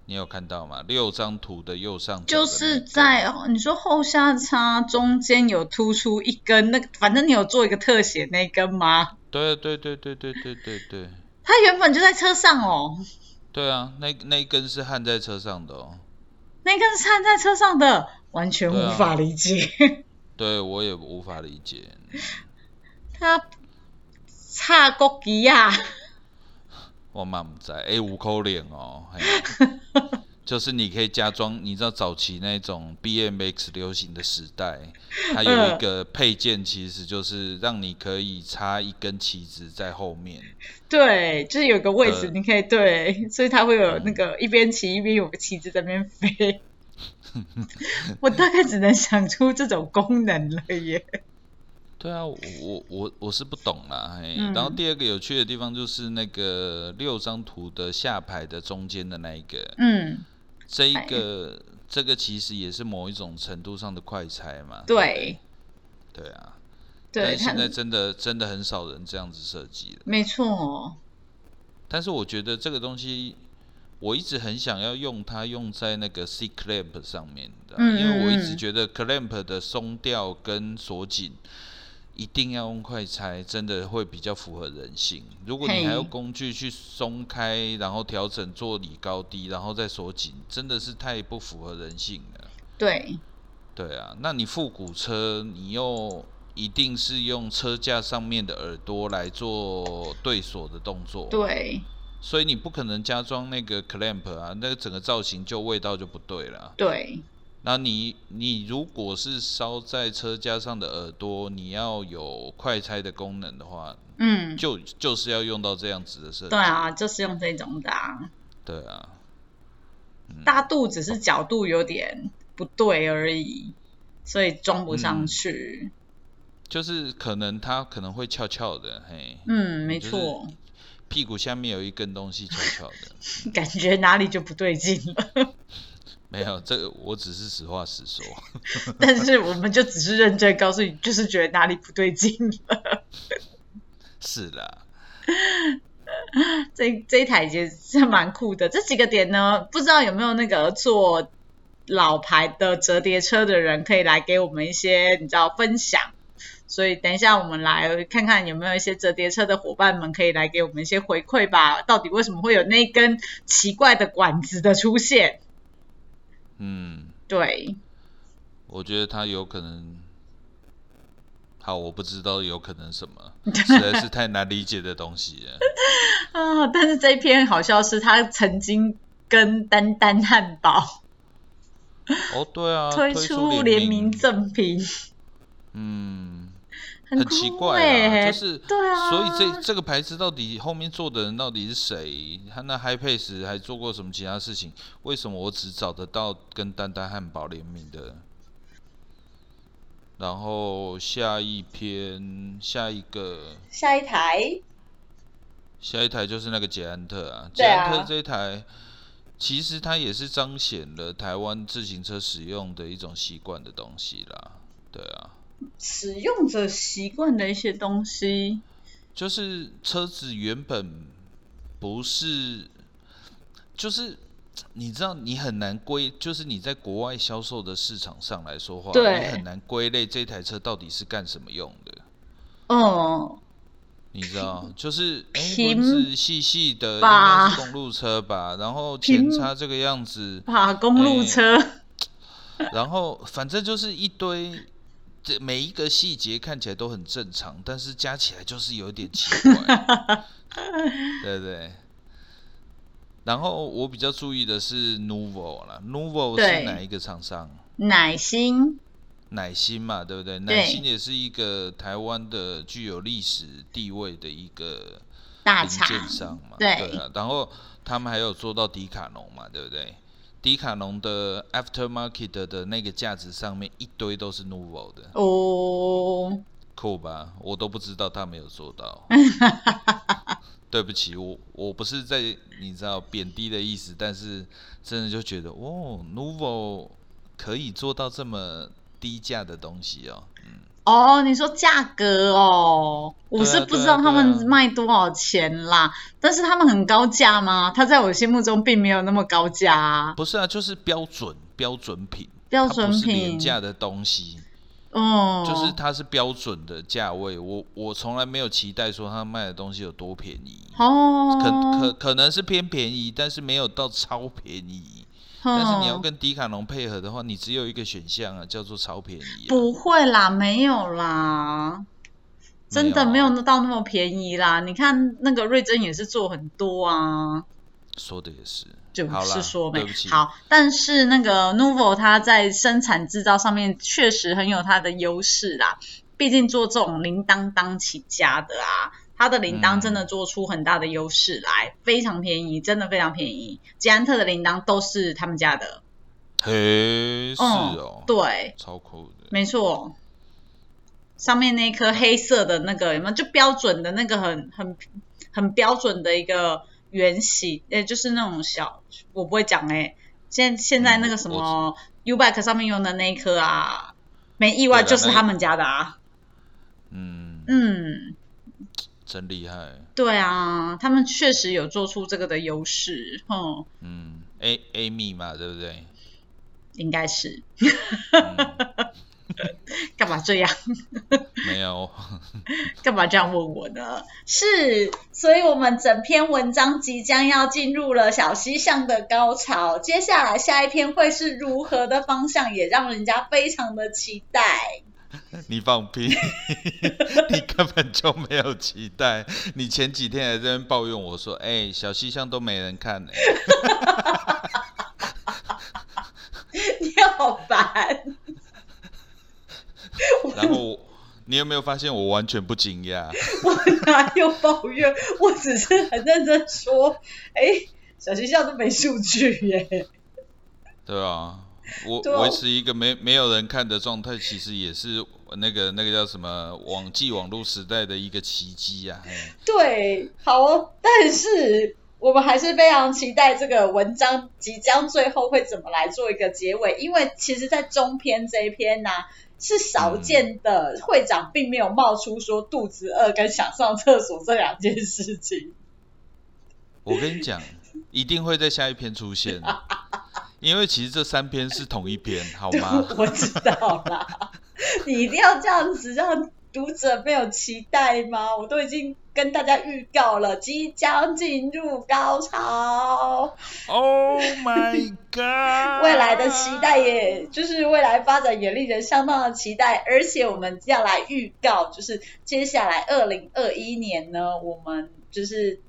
Speaker 2: 你有看到吗？六张图的右上角的那
Speaker 1: 就
Speaker 2: 一
Speaker 1: 是
Speaker 2: 根
Speaker 1: 在哦你说后下叉中间有突出一根，那个反正你有做一个特写那一根吗？
Speaker 2: 对对对对对对对对
Speaker 1: 它原本就在车上哦，
Speaker 2: 对啊，那那一根是焊在车上的哦。
Speaker 1: 那根是焊在车上的，完全
Speaker 2: 对
Speaker 1: 无
Speaker 2: 啊
Speaker 1: 法理解。
Speaker 2: 对我也无法理解，
Speaker 1: 它差国旗呀、
Speaker 2: 我妈不在，哎、五口脸哦，嘿 就是你可以加装，你知道早期那种 BMX 流行的时代，它有一
Speaker 1: 嗯
Speaker 2: 个配件，其实就是让你可以插一根旗子在后面，
Speaker 1: 对，就是有个位置
Speaker 2: 对嗯
Speaker 1: 你可以对，所以它会有那个一边骑一边有个旗子在那边 飞。我大概只能想出这种功能了耶。
Speaker 2: 对啊，我我我我是不懂啦。嘿
Speaker 1: 嗯
Speaker 2: 然后第二个有趣的地方就是那个六张图的下排的中间的那一个，
Speaker 1: 嗯，
Speaker 2: 这一个这个其实也是某一种程度上的快拆嘛。不
Speaker 1: 对，
Speaker 2: 对啊，
Speaker 1: 对，
Speaker 2: 但现在
Speaker 1: 它
Speaker 2: 真的真的很少人这样子设计了。
Speaker 1: 没错哦，
Speaker 2: 但是我觉得这个东西，我一直很想要用它用在那个 C clamp 上面的，啊
Speaker 1: 嗯
Speaker 2: 因为我一
Speaker 1: 嗯
Speaker 2: 直
Speaker 1: 嗯
Speaker 2: 觉得 clamp 的松掉跟锁紧一定要用快拆，真的会比较符合人性。如果你还
Speaker 1: 嘿
Speaker 2: 用工具去松开，然后调整座椅高低，然后再锁紧，真的是太不符合人性了。
Speaker 1: 对，
Speaker 2: 对啊，那你复古车，你又一定是用车架上面的耳朵来做对锁的动作。
Speaker 1: 对，
Speaker 2: 所以你不可能加装那个 clamp 啊，那个整个造型就味道就不对了啊。
Speaker 1: 对，
Speaker 2: 那你你如果是烧在车架上的耳朵，你要有快拆的功能的话，
Speaker 1: 嗯，
Speaker 2: 就就是要用到这样子的设计。
Speaker 1: 对啊，，就是用这种的啊，
Speaker 2: 对啊，嗯
Speaker 1: 大肚只是角度有点不对而已，所以装不上
Speaker 2: 嗯
Speaker 1: 去。
Speaker 2: 就是可能它可能会翘翘的，嘿，
Speaker 1: 嗯，没
Speaker 2: 就是
Speaker 1: 错，
Speaker 2: 屁股下面有一根东西翘翘的。
Speaker 1: 感觉哪里就不对劲了。
Speaker 2: 没有，这个我只是实话实说。
Speaker 1: 但是我们就只是认真告诉你，就是觉得哪里不对劲了。
Speaker 2: 是啦，
Speaker 1: 这这一台也是
Speaker 2: 嗯
Speaker 1: 蛮酷的。这几个点呢，不知道有没有那个做老牌的折叠车的人可以来给我们一些你知道分享。所以等一下我们来看看有没有一些折叠车的伙伴们可以来给我们一些回馈吧。到底为什么会有那根奇怪的管子的出现？
Speaker 2: 嗯，
Speaker 1: 对，
Speaker 2: 我觉得他有可能，好，我不知道有可能 什么，实在是太难理解的东西了。
Speaker 1: 啊，但是这一篇好笑是他曾经跟丹丹汉堡
Speaker 2: 哦，对啊，
Speaker 1: 推
Speaker 2: 推
Speaker 1: 出联
Speaker 2: 联
Speaker 1: 名，赠品，
Speaker 2: 嗯，
Speaker 1: 很酷
Speaker 2: 奇怪
Speaker 1: 欸
Speaker 2: 啊，就是
Speaker 1: 对啊，
Speaker 2: 所以这这个牌子到底后面做的人到底是谁？他那 High Pace 还做过什么其他事情？为什么我只找得到跟丹丹汉堡联名的？然后下一篇，下一个，
Speaker 1: 下一台，
Speaker 2: 下一台就是那个捷安特啊，捷
Speaker 1: 对啊
Speaker 2: 安特这一台，其实它也是彰显了台湾自行车使用的一种习惯的东西啦。对啊，
Speaker 1: 使用者习惯的一些东西，
Speaker 2: 就是车子原本不是，就是你知道你很难归，就是你在国外销售的市场上来说话，
Speaker 1: 对
Speaker 2: 你很难归类这台车到底是干什么用的。
Speaker 1: 嗯，
Speaker 2: 你知 道，就是哎，
Speaker 1: 平
Speaker 2: 轮子细细的，应
Speaker 1: 吧
Speaker 2: 该是公路车吧，然后
Speaker 1: 平
Speaker 2: 前叉这个 样子，
Speaker 1: 啊，公路车，
Speaker 2: 哎然后反正就是一堆，这每一个细节看起来都很正常，但是加起来就是有点奇怪， 对不对？然后我比较注意的是 Nuvo 啦，Nuvo
Speaker 1: 对
Speaker 2: 是哪一个厂商？
Speaker 1: 奶心，
Speaker 2: 奶心嘛，对不
Speaker 1: 对
Speaker 2: 对？奶心也是一个台湾的具有历史地位的一个
Speaker 1: 大
Speaker 2: 零
Speaker 1: 厂，
Speaker 2: 件商嘛，
Speaker 1: 对
Speaker 2: 啊。然后他们还有做到迪卡侬嘛，对不对？迪卡侬的 aftermarket 的那个架子上面一堆都是 Nuvo 的，
Speaker 1: 哦，
Speaker 2: 酷吧？我都不知道他没有做 到。对不起，我我不是在你知道贬低的意思，但是真的就觉得哦，Nuvo 可以做到这么低价的东西哦，嗯，
Speaker 1: 哦，你说价格哦，我
Speaker 2: 对啊
Speaker 1: 是不知道他
Speaker 2: 对啊对
Speaker 1: 们
Speaker 2: 啊
Speaker 1: 卖多少钱啦，但是他们很高价吗？它在我心目中并没有那么高价、啊，
Speaker 2: 不是啊，就是标准标准品，
Speaker 1: 标
Speaker 2: 它不
Speaker 1: 准
Speaker 2: 是廉
Speaker 1: 品，
Speaker 2: 价的东西，
Speaker 1: 哦，
Speaker 2: 就是它是标准的价位，我我从来没有期待说它卖的东西有多便宜，
Speaker 1: 哦，
Speaker 2: 可可可能是偏便宜，但是没有到超便宜。
Speaker 1: 哦
Speaker 2: 但是你要跟迪卡侬配合的话，你只有一个选项啊，叫做超便宜、啊。
Speaker 1: 不会啦，没有啦，真的没
Speaker 2: 没有啊
Speaker 1: 有到那么便宜啦。你看那个瑞珍也是做很多啊，
Speaker 2: 说的也是，
Speaker 1: 就
Speaker 2: 好啦
Speaker 1: 是说没
Speaker 2: 对不起
Speaker 1: 好，但是那个 Nuvo 它在生产制造上面确实很有它的优势啦，毕竟做这种铃铛当起家的啊。它的铃铛
Speaker 2: 嗯
Speaker 1: 真的做出很大的优势来，非常便宜，真的非常便宜。捷安特的铃铛都是他们家的，嗯
Speaker 2: 嘿，是哦，
Speaker 1: 对，
Speaker 2: 超酷的，
Speaker 1: 没错，上面那颗黑色的那个有没有？就标准的那个很很很标准的一个圆形，呃，就是那种小，我不会讲哎、现现在那个什么 U Bike 上面用的那一颗啊，没意外
Speaker 2: 对啦
Speaker 1: 就是
Speaker 2: 那
Speaker 1: 他们家的啊，
Speaker 2: 嗯，
Speaker 1: 嗯，
Speaker 2: 真厉害，
Speaker 1: 对啊，他们确实有做出这个的优势，嗯，
Speaker 2: 嗯，A Amy 嘛，对不 对？
Speaker 1: 应该是
Speaker 2: 嗯、
Speaker 1: 干嘛这样？
Speaker 2: 没有，
Speaker 1: 干嘛这样问我呢？是，所以我们整篇文章即将要进入了小西向的高潮，接下来下一篇会是如何的方向，也让人家非常的期待。
Speaker 2: 你放屁， 你根本就没有期待。你前几天还在那边抱怨我说，哎、小西厢都没人看、欸，
Speaker 1: 你好烦，
Speaker 2: 然后我你有没有发现我完全不惊讶？
Speaker 1: 我哪有抱怨？我只是很认真说，哎，小西向都没数据耶。
Speaker 2: 对啊，我
Speaker 1: 对啊
Speaker 2: 维持一个没没有人看的状态，其实也是那个那个叫什么网际网络时代的一个奇迹呀、啊。嘿
Speaker 1: 对，好哦，但是我们还是非常期待这个文章即将最后会怎么来做一个结尾，因为其实，在中篇这一篇呢、是少见的、会长并没有冒出说肚子饿跟想上厕所这两件事情。
Speaker 2: 我跟你讲，一定会在下一篇出现，因为其实这三篇是同一篇，好 吗？
Speaker 1: 我知道啦， 你一定要这样子让读者没有期待吗？我都已经跟大家预告了，即将进入高潮。
Speaker 2: Oh my god！
Speaker 1: 未来的期待也，就是未来发展也令人相当的期待，而且我们要来预告，就是接下来二零二一年呢，我们就是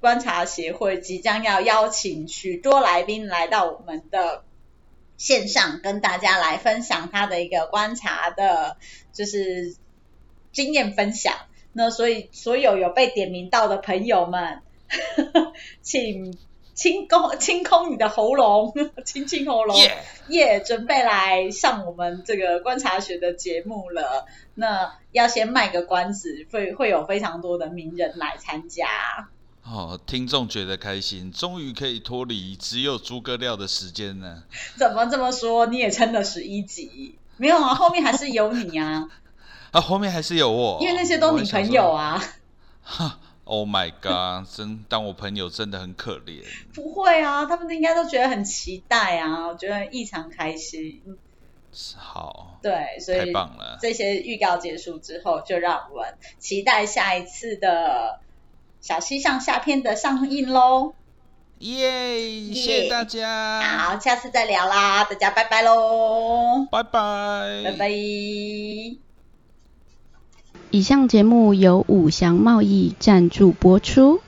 Speaker 1: 观察协会即将要邀请许多来宾来到我们的线上，跟大家来分享他的一个观察的，就是经验分享。那所以，所有有被点名到的朋友们，请清空清空你的喉咙，清清喉咙，
Speaker 2: 耶
Speaker 1: 耶准备来上我们这个观察学的节目了。那要先卖个关子，会会有非常多的名人来参加。
Speaker 2: 哦，听众觉得开心，终于可以脱离只有诸葛亮的时间呢。
Speaker 1: 怎么这么说？你也撑了十一集？没有啊，后面还是有你 啊，
Speaker 2: 啊，后面还是有我，
Speaker 1: 因为那些都你朋友啊。
Speaker 2: 哦哈。Oh my god！真当我朋友真的很可怜。
Speaker 1: 不会啊，他们应该都觉得很期待啊，我觉得异常开心。
Speaker 2: 好，
Speaker 1: 对，所
Speaker 2: 太
Speaker 1: 以
Speaker 2: 棒了。
Speaker 1: 这些预告结束之后，就让我们期待下一次的小西上下篇的上映喽。
Speaker 2: 耶！谢谢大家，
Speaker 1: 好，下次再聊啦，大家拜拜喽，
Speaker 2: 拜拜，
Speaker 1: 拜拜。
Speaker 3: 以上节目由五祥贸易赞助播出。